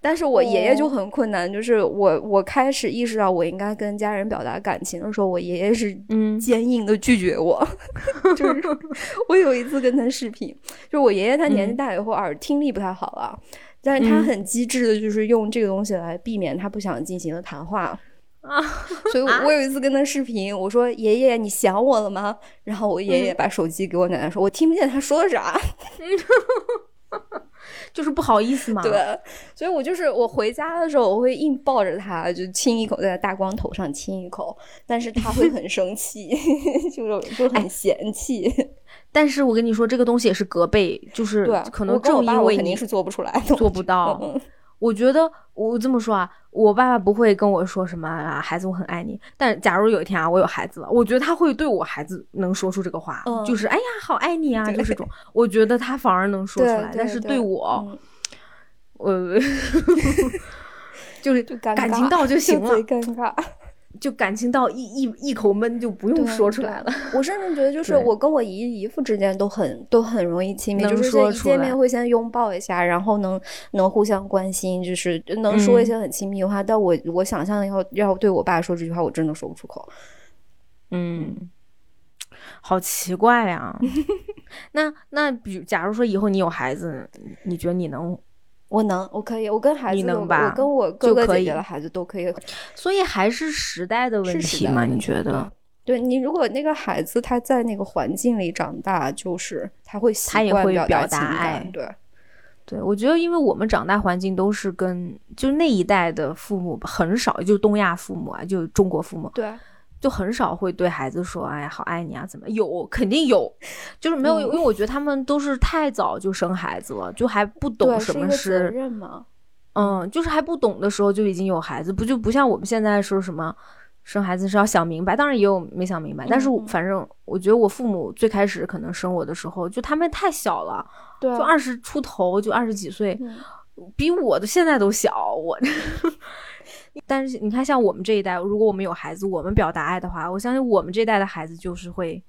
Speaker 2: 但是我爷爷就
Speaker 1: 哦
Speaker 2: 很困难，就是我我开始意识到我应该跟家人表达感情的时候，我爷爷是
Speaker 1: 嗯
Speaker 2: 坚硬的拒绝 我。就是我有一次跟他视频，就是我爷爷他年纪
Speaker 1: 嗯
Speaker 2: 大以后耳听力不太好了，但是他
Speaker 1: 嗯
Speaker 2: 很机智的，就是用这个东西来避免他不想进行的谈话。
Speaker 1: 啊，
Speaker 2: 所以我我有一次跟他视频，我说爷爷你想我了吗？然后我爷爷
Speaker 1: 嗯啊
Speaker 2: 把手机给我奶奶说，我听不见他说啥。
Speaker 1: 就是不好意思嘛。
Speaker 2: 对，所以我就是我回家的时候，我会硬抱着他，就亲一口，在他大光头上亲一口，但是他会很生气， 就是就
Speaker 1: 哎
Speaker 2: 很嫌弃。
Speaker 1: 但是我跟你说，这个东西也是隔辈，就是
Speaker 2: 对，啊
Speaker 1: 可
Speaker 2: 我
Speaker 1: 能
Speaker 2: 跟我
Speaker 1: 正
Speaker 2: 爸
Speaker 1: 因
Speaker 2: 我
Speaker 1: 为
Speaker 2: 肯
Speaker 1: 你
Speaker 2: 定是做不出来的，
Speaker 1: 做不到。
Speaker 2: 嗯
Speaker 1: 我觉得我这么说啊，我爸爸不会跟我说什么啊，孩子我很爱你。但假如有一天啊，我有孩子了，我觉得他会对我孩子能说出这个话，
Speaker 2: 嗯
Speaker 1: 就是哎呀好爱你啊，
Speaker 2: 对
Speaker 1: 就是这种。我觉得他反而能说出
Speaker 2: 对
Speaker 1: 来，
Speaker 2: 对
Speaker 1: 但是
Speaker 2: 对
Speaker 1: 对我，
Speaker 2: 嗯
Speaker 1: 呃， 就是
Speaker 2: 就尴尬
Speaker 1: 感情到就行了，
Speaker 2: 贼尴尬。
Speaker 1: 就感情到一一一口闷就 不用
Speaker 2: 对
Speaker 1: 说出来了。
Speaker 2: 我甚至觉得，就是
Speaker 1: 对
Speaker 2: 我跟我姨姨父之间都很都很容易亲密，
Speaker 1: 能
Speaker 2: 就是
Speaker 1: 说
Speaker 2: 一
Speaker 1: 出
Speaker 2: 见面
Speaker 1: 来
Speaker 2: 会先拥抱一下，然后能能互相关心，就是呃能说一
Speaker 1: 嗯
Speaker 2: 些很亲密的话。但我我想象要要对我爸说这句话，我真的说不出口。
Speaker 1: 嗯，好奇怪 呀、那那比如假如说以后你有孩子，你觉得你能
Speaker 2: 我能，我可以，我跟孩
Speaker 1: 你
Speaker 2: 子有，
Speaker 1: 能吧
Speaker 2: 我跟我哥
Speaker 1: 就
Speaker 2: 哥
Speaker 1: 可
Speaker 2: 姐姐
Speaker 1: 以
Speaker 2: 的孩子都可以。
Speaker 1: 所以还是时代的问
Speaker 2: 是时
Speaker 1: 题嗯
Speaker 2: 代
Speaker 1: 吗？
Speaker 2: 的
Speaker 1: 你觉得？
Speaker 2: 对你，如果那个孩子他在那个环境里长大，就是他会习
Speaker 1: 他也
Speaker 2: 惯
Speaker 1: 会
Speaker 2: 表
Speaker 1: 表达
Speaker 2: 情感
Speaker 1: 爱
Speaker 2: 对，
Speaker 1: 对，我觉得因为我们长大环境都是跟就那一代的父母很少，就东亚父母啊，就中国父母
Speaker 2: 对，
Speaker 1: 就很少会对孩子说“哎呀，好爱你啊”怎么有肯定有，就是没有，
Speaker 2: 嗯
Speaker 1: 因为我觉得他们都是太早就生孩子了，就还不
Speaker 2: 对
Speaker 1: 懂什
Speaker 2: 是一
Speaker 1: 么
Speaker 2: 个责
Speaker 1: 是
Speaker 2: 任嘛。
Speaker 1: 嗯，就是还不懂的时候就已经有孩子，不就不像我们现在说什么生孩子是要想明白，当然也有没想明白，但是我
Speaker 2: 嗯嗯
Speaker 1: 反正我觉得我父母最开始可能生我的时候，就他们太小了，
Speaker 2: 对
Speaker 1: 就二十出头，就二十几岁，
Speaker 2: 嗯
Speaker 1: 比我的现在都小。我， 但是你看，像我们这一代，如果我们有孩子，我们表达爱的话，我相信我们这嗯一代的孩子就是会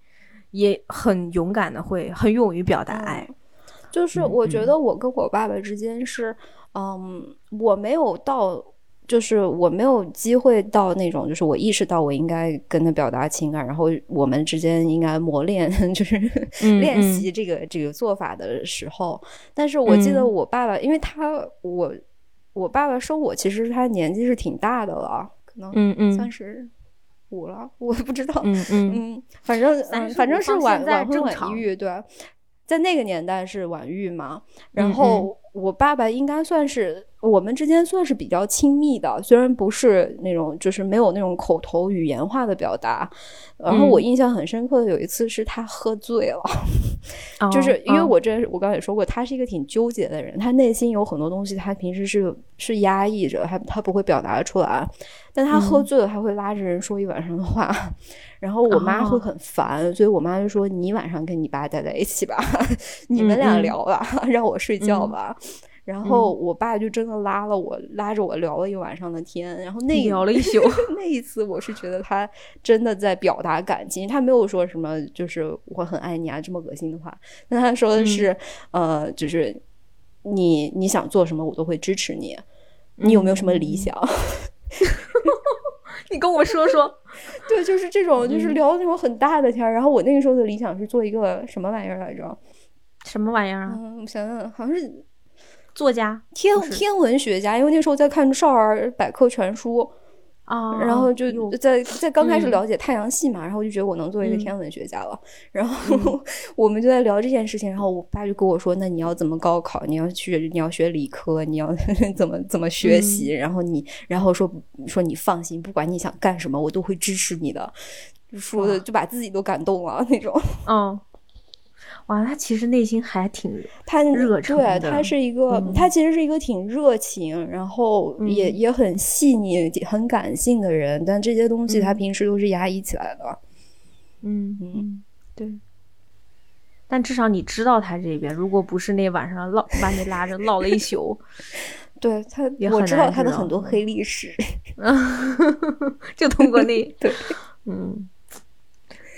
Speaker 1: 也很勇敢的，会很勇于表达爱。
Speaker 2: 嗯
Speaker 1: 嗯
Speaker 2: 就是我觉得我跟我爸爸之间是，嗯，我没有到，就是我没有机会到那种，就是我意识到我应该跟他表达情感，然后我们之间应该磨练， 就是
Speaker 1: 嗯
Speaker 2: 练
Speaker 1: 嗯
Speaker 2: 习这个这个做法的时候。但是我记得
Speaker 1: 嗯
Speaker 2: 我爸爸，因为他我我爸爸说我其实他年纪是挺大的了，可能
Speaker 1: 嗯嗯
Speaker 2: 三十五了，我不知道。
Speaker 1: 嗯嗯
Speaker 2: 嗯，反正嗯，
Speaker 1: 35
Speaker 2: 反正是
Speaker 1: 放
Speaker 2: 晚
Speaker 1: 现在
Speaker 2: 晚婚
Speaker 1: 正
Speaker 2: 晚
Speaker 1: 常
Speaker 2: 育，对，在那个年代是晚育嘛。
Speaker 1: 嗯
Speaker 2: 然后我爸爸应该算是我们之间算是比较亲密的，虽然不是那种就是没有那种口头语言化的表达。然后我
Speaker 1: 嗯
Speaker 2: 印象很深刻的有一次是他喝醉了，
Speaker 1: 哦
Speaker 2: 就是因为
Speaker 1: 嗯
Speaker 2: 我这我刚才也说过，他是一个挺纠结的人，他内心有很多东西，他平时是是压抑着，他他不会表达出来，但他喝
Speaker 1: 嗯
Speaker 2: 醉了，他会拉着人说一晚上的话，然后我妈会
Speaker 1: 哦
Speaker 2: 很烦，所以我妈就说你晚上跟你爸待在一起吧， 你们
Speaker 1: 嗯
Speaker 2: 俩
Speaker 1: 嗯
Speaker 2: 聊吧， 让我睡觉
Speaker 1: 嗯
Speaker 2: 吧。然后我爸就真的拉了我，拉着我聊了一晚上的天。然后那一
Speaker 1: 聊了一宿
Speaker 2: 那一次我是觉得他真的在表达感情，他没有说什么就是我很爱你啊这么恶心的话，那他说的是、
Speaker 1: 嗯
Speaker 2: 呃，就是你你想做什么我都会支持你，你有没有什么
Speaker 1: 嗯
Speaker 2: 理想？
Speaker 1: 你跟我说说，
Speaker 2: 对，就是这种，就是
Speaker 1: 嗯
Speaker 2: 聊那种很大的天儿。然后我那个时候的理想是做一个什么玩意儿来
Speaker 1: 啊
Speaker 2: 着？
Speaker 1: 什么玩意儿啊？
Speaker 2: 嗯，我想想，好像是
Speaker 1: 作家
Speaker 2: 天
Speaker 1: 不是
Speaker 2: 天文学家，因为那时候在看《少儿百科全书》。
Speaker 1: 啊，
Speaker 2: 然后就
Speaker 1: 有
Speaker 2: 在在刚开始
Speaker 1: 嗯
Speaker 2: 了解太阳系嘛，然后我就觉得我能做一个
Speaker 1: 嗯
Speaker 2: 天文学家了。然后 我们就在聊这件事情，然后我爸就跟我说：“那你要怎么高考？你要去你要学理科，你要 怎么怎么
Speaker 1: 嗯
Speaker 2: 学习？然后你然后说说你放心，不管你想干什么，我都会支持你的。”说的
Speaker 1: 哇
Speaker 2: 就把自己都感动了那种。
Speaker 1: 嗯，哇，他其实内心还挺
Speaker 2: 他
Speaker 1: 热诚
Speaker 2: 对
Speaker 1: 的
Speaker 2: 他是一个，
Speaker 1: 嗯
Speaker 2: 他其实是一个挺热情，然后也、
Speaker 1: 嗯
Speaker 2: 也很细腻、很感性的人，但这些东西他
Speaker 1: 嗯
Speaker 2: 平时都是压抑起来的。
Speaker 1: 嗯
Speaker 2: 嗯
Speaker 1: 嗯
Speaker 2: 对。
Speaker 1: 但至少你知道他这边，如果不是那晚上唠把你拉着唠了一宿，
Speaker 2: 对他
Speaker 1: 也，
Speaker 2: 我
Speaker 1: 很
Speaker 2: 知道
Speaker 1: 难
Speaker 2: 他
Speaker 1: 知
Speaker 2: 的
Speaker 1: 道
Speaker 2: 很多
Speaker 1: 嗯
Speaker 2: 黑历史。
Speaker 1: 就通过 那，
Speaker 2: 对，
Speaker 1: 嗯，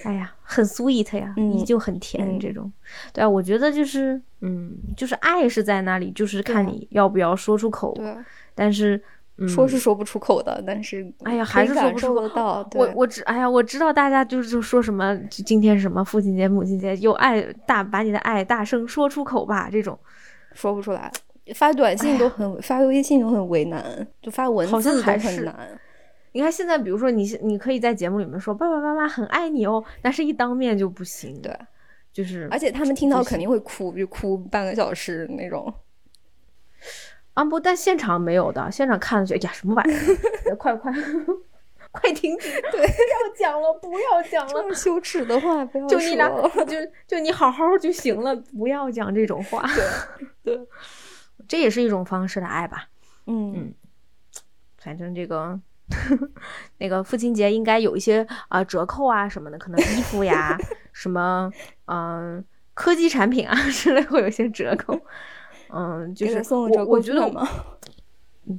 Speaker 1: 哎呀，很 sweet 呀，
Speaker 2: 嗯
Speaker 1: 依旧很甜、
Speaker 2: 嗯
Speaker 1: 这种。对啊，我觉得就是，嗯，就是爱是在那里，就是
Speaker 2: 对
Speaker 1: 看
Speaker 2: 啊
Speaker 1: 你要不要说出口。
Speaker 2: 对，
Speaker 1: 但是，嗯，
Speaker 2: 说是说不出口的，但是
Speaker 1: 哎呀
Speaker 2: 可
Speaker 1: 还
Speaker 2: 以
Speaker 1: 是说
Speaker 2: 感
Speaker 1: 不出
Speaker 2: 受
Speaker 1: 口
Speaker 2: 得到。对
Speaker 1: 我我知，哎呀，我知道大家就是就说什么就今天什么父亲节、母亲节，有爱大把你的爱大声说出口吧，这种
Speaker 2: 说不出来，发短
Speaker 1: 哎
Speaker 2: 信
Speaker 1: 呀
Speaker 2: 都很，发微信都很为难，就发文
Speaker 1: 好像
Speaker 2: 字都
Speaker 1: 还
Speaker 2: 很
Speaker 1: 是
Speaker 2: 难。
Speaker 1: 你看现在，比如说你，你可以在节目里面说爸爸妈妈很爱你哦，但是一当面就不行。
Speaker 2: 对，
Speaker 1: 就是
Speaker 2: 而且他们听到
Speaker 1: 不
Speaker 2: 肯定会哭，就哭半个小时那种。
Speaker 1: 啊不，但现场没有的，现场看了就哎呀什么玩意儿，啊快快 快停止！对，要讲了，不要讲
Speaker 2: 这
Speaker 1: 了，
Speaker 2: 种羞耻的话不要
Speaker 1: 就你俩
Speaker 2: 说。
Speaker 1: 就就你好好就行了，不要讲这种话。
Speaker 2: 对，
Speaker 1: 这也是一种方式的爱吧。
Speaker 2: 嗯
Speaker 1: 嗯反正这个 那个父亲节应该有一些啊、呃折扣啊什么的，可能衣服呀什么嗯、科技产品啊之类会有一些折扣。嗯，就
Speaker 2: 给
Speaker 1: 是
Speaker 2: 他送个折
Speaker 1: 我我
Speaker 2: 扣
Speaker 1: 觉
Speaker 2: 券
Speaker 1: 得
Speaker 2: 嘛，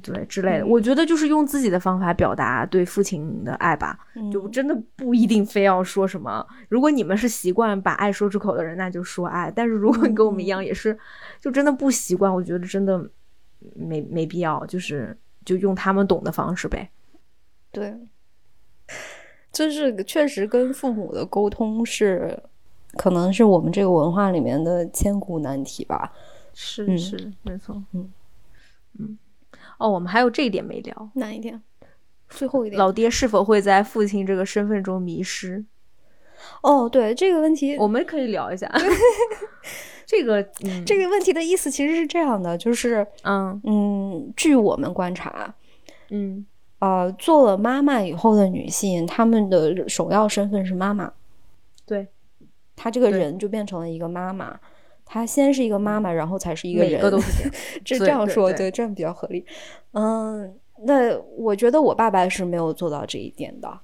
Speaker 1: 对之类的，
Speaker 2: 嗯
Speaker 1: 我觉得就是用自己的方法表达对父亲的爱吧，就
Speaker 2: 嗯
Speaker 1: 真的不一定非要说什么。如果你们是习惯把爱说出口的人，那就说爱；但是如果
Speaker 2: 嗯
Speaker 1: 跟我们
Speaker 2: 嗯
Speaker 1: 一样，也是就真的不习惯，我觉得真的没没必要，就是就用他们懂的方式呗。
Speaker 2: 对，就是确实跟父母的沟通是，可能是我们这个文化里面的千古难题吧。
Speaker 1: 是
Speaker 2: 嗯
Speaker 1: 是，没错。
Speaker 2: 嗯
Speaker 1: 嗯，哦，我们还有这一点没聊，
Speaker 2: 哪一点？最后一点。
Speaker 1: 老爹是否会在父亲这个身份中迷失？
Speaker 2: 哦，对这个问题，
Speaker 1: 我们可以聊一 下。这个，嗯，
Speaker 2: 这个问题的意思其实是这样的，就是
Speaker 1: 嗯
Speaker 2: 嗯，据我们观察，
Speaker 1: 嗯
Speaker 2: 呃，做了妈妈以后的女性，她们的首要身份是妈妈。
Speaker 1: 对，
Speaker 2: 她这个
Speaker 1: 对
Speaker 2: 人就变成了一个妈妈，她先是一个妈妈，然后才是一个
Speaker 1: 每
Speaker 2: 人。
Speaker 1: 个都是 这样。
Speaker 2: 这这
Speaker 1: 对
Speaker 2: 样
Speaker 1: 对
Speaker 2: 说，
Speaker 1: 对
Speaker 2: 对，这样比较合理。嗯，那我觉得我爸爸是没有做到这一点的，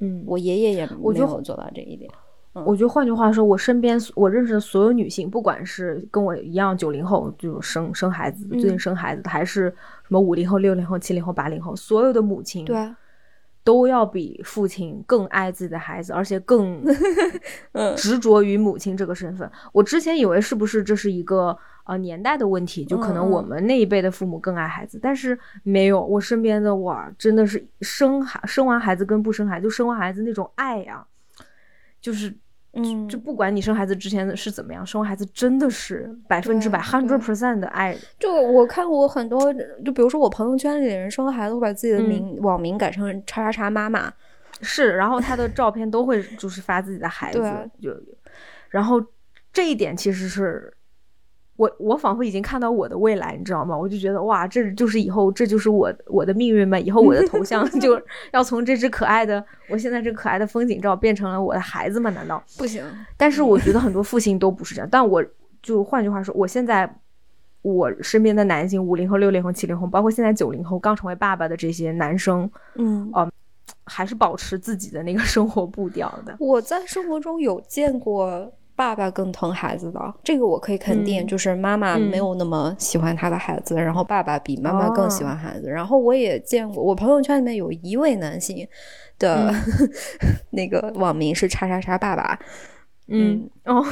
Speaker 1: 嗯，
Speaker 2: 我爷爷也
Speaker 1: 我
Speaker 2: 没
Speaker 1: 就
Speaker 2: 有做到这一点。
Speaker 1: 我觉得换句话说，我身边所我认识的所有女性，不管是跟我一样九零后就生生孩子，
Speaker 2: 嗯
Speaker 1: 最近生孩子的，还是什么五零后、六零后、七零后、八零后，所有的母亲，
Speaker 2: 对，啊，
Speaker 1: 都要比父亲更爱自己的孩子，而且更
Speaker 2: 嗯
Speaker 1: 执着于母亲这个身份。我之前以为是不是这是一个呃年代的问题，就可能我们那一辈的父母更爱孩子，但是没有，我身边的哇，真的是生孩生完孩子跟不生孩子，就生完孩子那种爱呀、就是。
Speaker 2: 嗯
Speaker 1: 就不管你生孩子之前是怎么样，生完孩子真的是百分之百 hundred percent 的爱，
Speaker 2: 就我看过很多，就比如说我朋友圈里的人生孩子会把自
Speaker 1: 嗯
Speaker 2: 己的名、网名改成叉叉叉妈妈，
Speaker 1: 是，然后他的照片都会就是发自己的孩子
Speaker 2: 对啊，
Speaker 1: 就，然后这一点其实是我我仿佛已经看到我的未来，你知道吗？我就觉得哇，这就是以后这就是我我的命运吧，以后我的头像 就要从这只可爱的我现在这可爱的风景照变成了我的孩子吗？难道？
Speaker 2: 不行，
Speaker 1: 但是我觉得很多父亲都不是这样，但我就换句话说，我现在。我身边的男性，五零后、六零后、七零后，包括现在九零后刚成为爸爸的这些男生，
Speaker 2: 嗯，
Speaker 1: 哦还是保持自己的那个生活步调的。
Speaker 2: 我在生活中有见过爸爸更疼孩子的，这个我可以肯定，
Speaker 1: 嗯
Speaker 2: 就是妈妈
Speaker 1: 嗯
Speaker 2: 没有那么喜欢他的孩子，然后爸爸比妈妈更喜
Speaker 1: 哦
Speaker 2: 欢孩子。然后我也见过，我朋友圈里面有一位男性的、 那个网名是叉叉叉爸爸，
Speaker 1: 嗯，哦，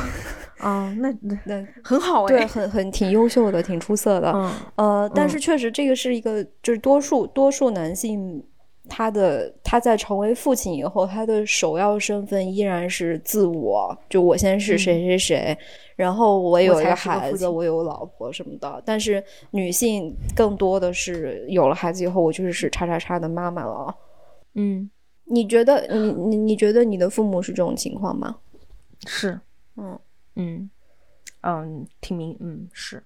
Speaker 1: 哦，那那
Speaker 2: 那
Speaker 1: 很好哎、
Speaker 2: 对很很挺优秀的，挺出色的。
Speaker 1: 嗯，
Speaker 2: 呃，但
Speaker 1: 嗯
Speaker 2: 是确实这个是一个，就是多数多数男性，他的他在成为父亲以后，他的首要身份依然是自我，就我先是谁谁谁，然后嗯我有一
Speaker 3: 才是个
Speaker 2: 孩
Speaker 3: 父
Speaker 2: 子，
Speaker 3: 亲
Speaker 2: 我有老婆什么的。但是女性更多的是有了孩子以后，我就是叉叉叉的妈妈了。
Speaker 1: 嗯，
Speaker 2: 你觉得你你你觉得你的父母是这种情况吗？
Speaker 1: 是，
Speaker 2: 嗯
Speaker 1: 嗯嗯，挺明，嗯 是。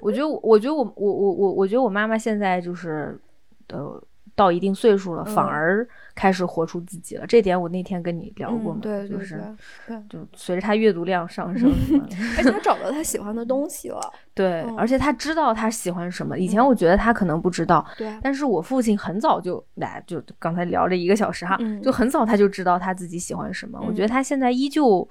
Speaker 1: 我觉得我，我觉得我，我我我，我觉得我妈妈现在就是，呃，到一定岁数了，反
Speaker 2: 嗯
Speaker 1: 而开始活出自己了。这点我那天跟你聊过嘛，
Speaker 2: 嗯，对对
Speaker 1: 就
Speaker 2: 对
Speaker 1: 是。
Speaker 2: 对，
Speaker 1: 就随着她阅读量上升嘛，
Speaker 2: 而且他找到他喜欢的东西了，
Speaker 1: 对，
Speaker 2: 嗯
Speaker 1: 而且她知道她喜欢什么。以前我觉得她可能不知道，
Speaker 2: 对啊，
Speaker 1: 但是我父亲很早就来，就刚才聊了一个小时哈，
Speaker 2: 嗯
Speaker 1: 就很早他就知道他自己喜欢什么。我觉得他现在依旧，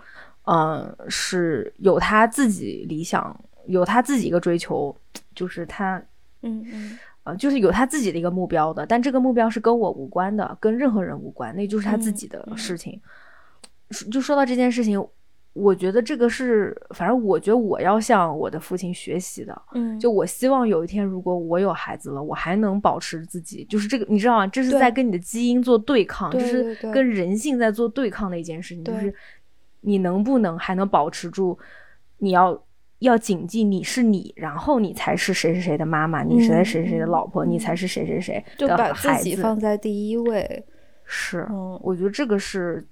Speaker 1: 呃，是有他自己理想，有他自己一个追求，就是他，
Speaker 2: 嗯嗯
Speaker 1: 呃，就是有他自己的一个目标的。但这个目标是跟我无关的，跟任何人无关，那就是他自己的事情。说就说到这件事情，我觉得这个是，反正我觉得我要向我的父亲学习的。
Speaker 2: 嗯，
Speaker 1: 就我希望有一天，如果我有孩子了，我还能保持自己，就是这个，你知道吗？这是
Speaker 2: 对
Speaker 1: 在跟你的基因做对抗，
Speaker 2: 对
Speaker 1: 这
Speaker 2: 对
Speaker 1: 是
Speaker 2: 对
Speaker 1: 跟人性在做对抗的一件事情，就
Speaker 2: 对
Speaker 1: 是你能不能还能保持住，你要要谨记你是你，然后你才是谁谁谁的妈妈，你是谁谁谁的老婆，你才是谁谁谁
Speaker 2: 嗯就
Speaker 1: 的
Speaker 2: 把
Speaker 1: 孩
Speaker 2: 自己
Speaker 1: 子。
Speaker 2: 放在第一位。
Speaker 1: 是，
Speaker 2: 嗯
Speaker 1: 我觉得这个是。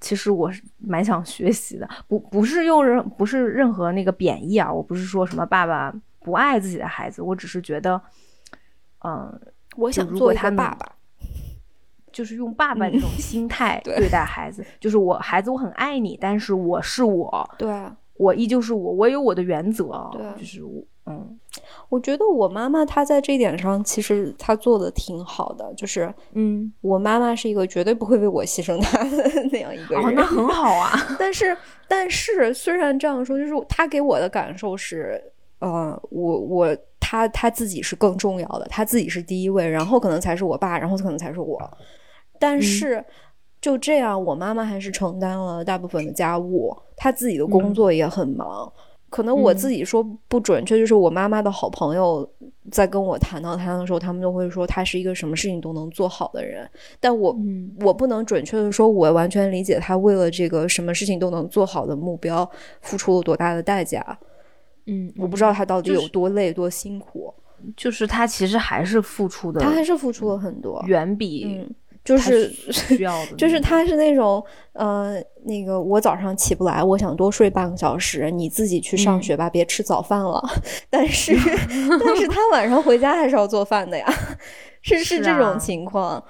Speaker 1: 其实我是蛮想学习的，不不是用任不是任何那个贬义啊，我不是说什么爸爸不爱自己的孩子，我只是觉得，嗯、
Speaker 2: 我
Speaker 1: 就
Speaker 2: 想
Speaker 1: 如
Speaker 2: 做
Speaker 1: 果
Speaker 2: 一
Speaker 1: 他
Speaker 2: 个
Speaker 1: 们
Speaker 2: 爸爸。
Speaker 1: 就是用爸爸这种心态
Speaker 2: 对
Speaker 1: 对待孩子，就是我孩子我很爱你，但是我是我，
Speaker 2: 对啊，
Speaker 1: 我依旧是我，我有我的原则，
Speaker 2: 对
Speaker 1: 就是我，嗯
Speaker 2: 我觉得我妈妈她在这一点上，其实她做的挺好的。就是
Speaker 1: 嗯，
Speaker 2: 我妈妈是一个绝对不会为我牺牲她的 那样一个
Speaker 1: 哦，
Speaker 2: 人。
Speaker 1: 那很好 啊，
Speaker 2: 但是，但是虽然这样说，就是她给我的感受是，呃，我我她她自己是更重要的，她自己是第一位，然后可能才是我爸，然后可能才是我。但是。就这样，我妈妈还是承担了大部分的家务，她自己的工作也很忙。可能我自己说不准确，就是我妈妈的好朋友在跟我谈到她的时候，他们就会说她是一个什么事情都能做好的人。但我、
Speaker 1: 嗯
Speaker 2: 我不能准确的说，我完全理解她为了这个什么事情都能做好的目标付出了多大的代价。
Speaker 1: 嗯，
Speaker 2: 我不知道她到底
Speaker 1: 就是
Speaker 2: 有多累、多辛苦，
Speaker 1: 就是他其实还是付出的
Speaker 2: 她还是付出了很多。
Speaker 1: 远比
Speaker 2: 嗯，就
Speaker 1: 他
Speaker 2: 是
Speaker 1: 需要的那个，
Speaker 2: 就是他是那种，呃，那个我早上起不来，我想多睡半个小时，你自己去
Speaker 1: 嗯
Speaker 2: 上学吧，别吃早饭了。 但是，但是他晚上回家还是要做饭的呀， 是
Speaker 1: 是
Speaker 2: 这种
Speaker 1: 啊
Speaker 2: 情况。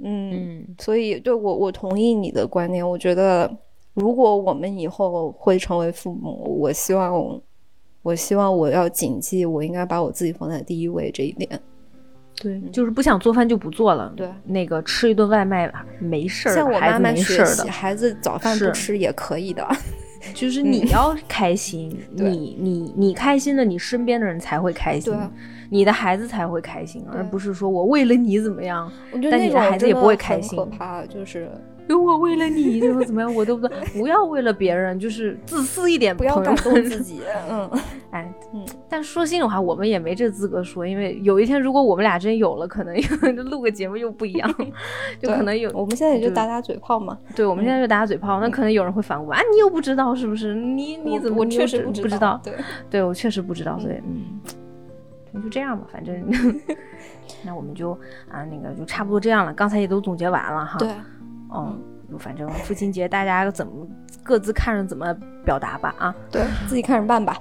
Speaker 2: 嗯，
Speaker 1: 嗯。
Speaker 2: 所以对我我同意你的观点，我觉得如果我们以后会成为父母，我希望。我希望我要谨记，我应该把我自己放在第一位这一点。
Speaker 1: 对，就是不想做饭就不做了。
Speaker 2: 嗯对
Speaker 1: 那个吃一顿外卖没事儿的，
Speaker 2: 像我
Speaker 1: 孩
Speaker 2: 妈
Speaker 1: 子
Speaker 2: 妈
Speaker 1: 没事
Speaker 2: 学
Speaker 1: 儿
Speaker 2: 习，
Speaker 1: 的，嗯
Speaker 2: 孩子早饭不
Speaker 1: 是
Speaker 2: 吃也可以的。
Speaker 1: 就是你要开心，
Speaker 2: 对
Speaker 1: 你你你开心了，你身边的人才会开心
Speaker 2: 对。
Speaker 1: 你的孩子才会开心，
Speaker 2: 对
Speaker 1: 而不是说我为了你怎么样，
Speaker 2: 我觉得
Speaker 1: 但你的
Speaker 2: 那种
Speaker 1: 孩子
Speaker 2: 真
Speaker 1: 也
Speaker 2: 的
Speaker 1: 不会开
Speaker 2: 很
Speaker 1: 心
Speaker 2: 可怕 就是
Speaker 1: 如果哎为了你怎么怎么样，我都 不不要为了别人，就是自私一点，
Speaker 2: 不要
Speaker 1: 朋友
Speaker 2: 感
Speaker 1: 们
Speaker 2: 动自己，嗯，
Speaker 1: 哎，
Speaker 2: 嗯
Speaker 1: 但说心里话，我们也没这资格说，因为有一天如果我们俩真有了，可能录个节目又不 一 样，就
Speaker 2: 对
Speaker 1: 可能有。
Speaker 2: 我们现在也就
Speaker 1: 对
Speaker 2: 打打嘴炮嘛，
Speaker 1: 对，我们现在就打嘴炮，那可能有人会反问啊，你又不知道是不是？你你
Speaker 2: 我
Speaker 1: 怎么
Speaker 2: 我
Speaker 1: 你又
Speaker 2: 确实
Speaker 1: 不
Speaker 2: 知
Speaker 1: 不知
Speaker 2: 道
Speaker 1: 道，？
Speaker 2: 对，
Speaker 1: 对我确实不知道，所以嗯，那就这样吧，反 正那我们就啊那个就差不多这样了，刚才也都总结完了哈。
Speaker 2: 对，
Speaker 1: 嗯，反正父亲节大家怎么各自看着怎么表达吧啊，
Speaker 2: 对自己看着办吧。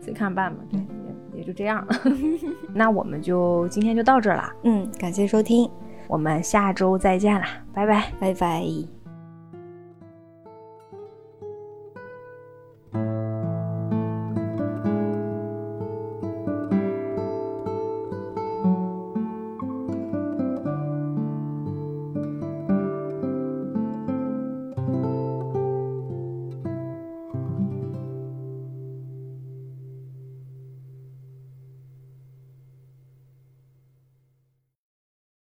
Speaker 1: 自己看着办吧，
Speaker 2: 嗯
Speaker 1: 对，也也就这样了。 那我们就今天就到这儿啦，
Speaker 2: 嗯，感谢收听，
Speaker 1: 我们下周再见啦，拜拜。
Speaker 2: 拜拜。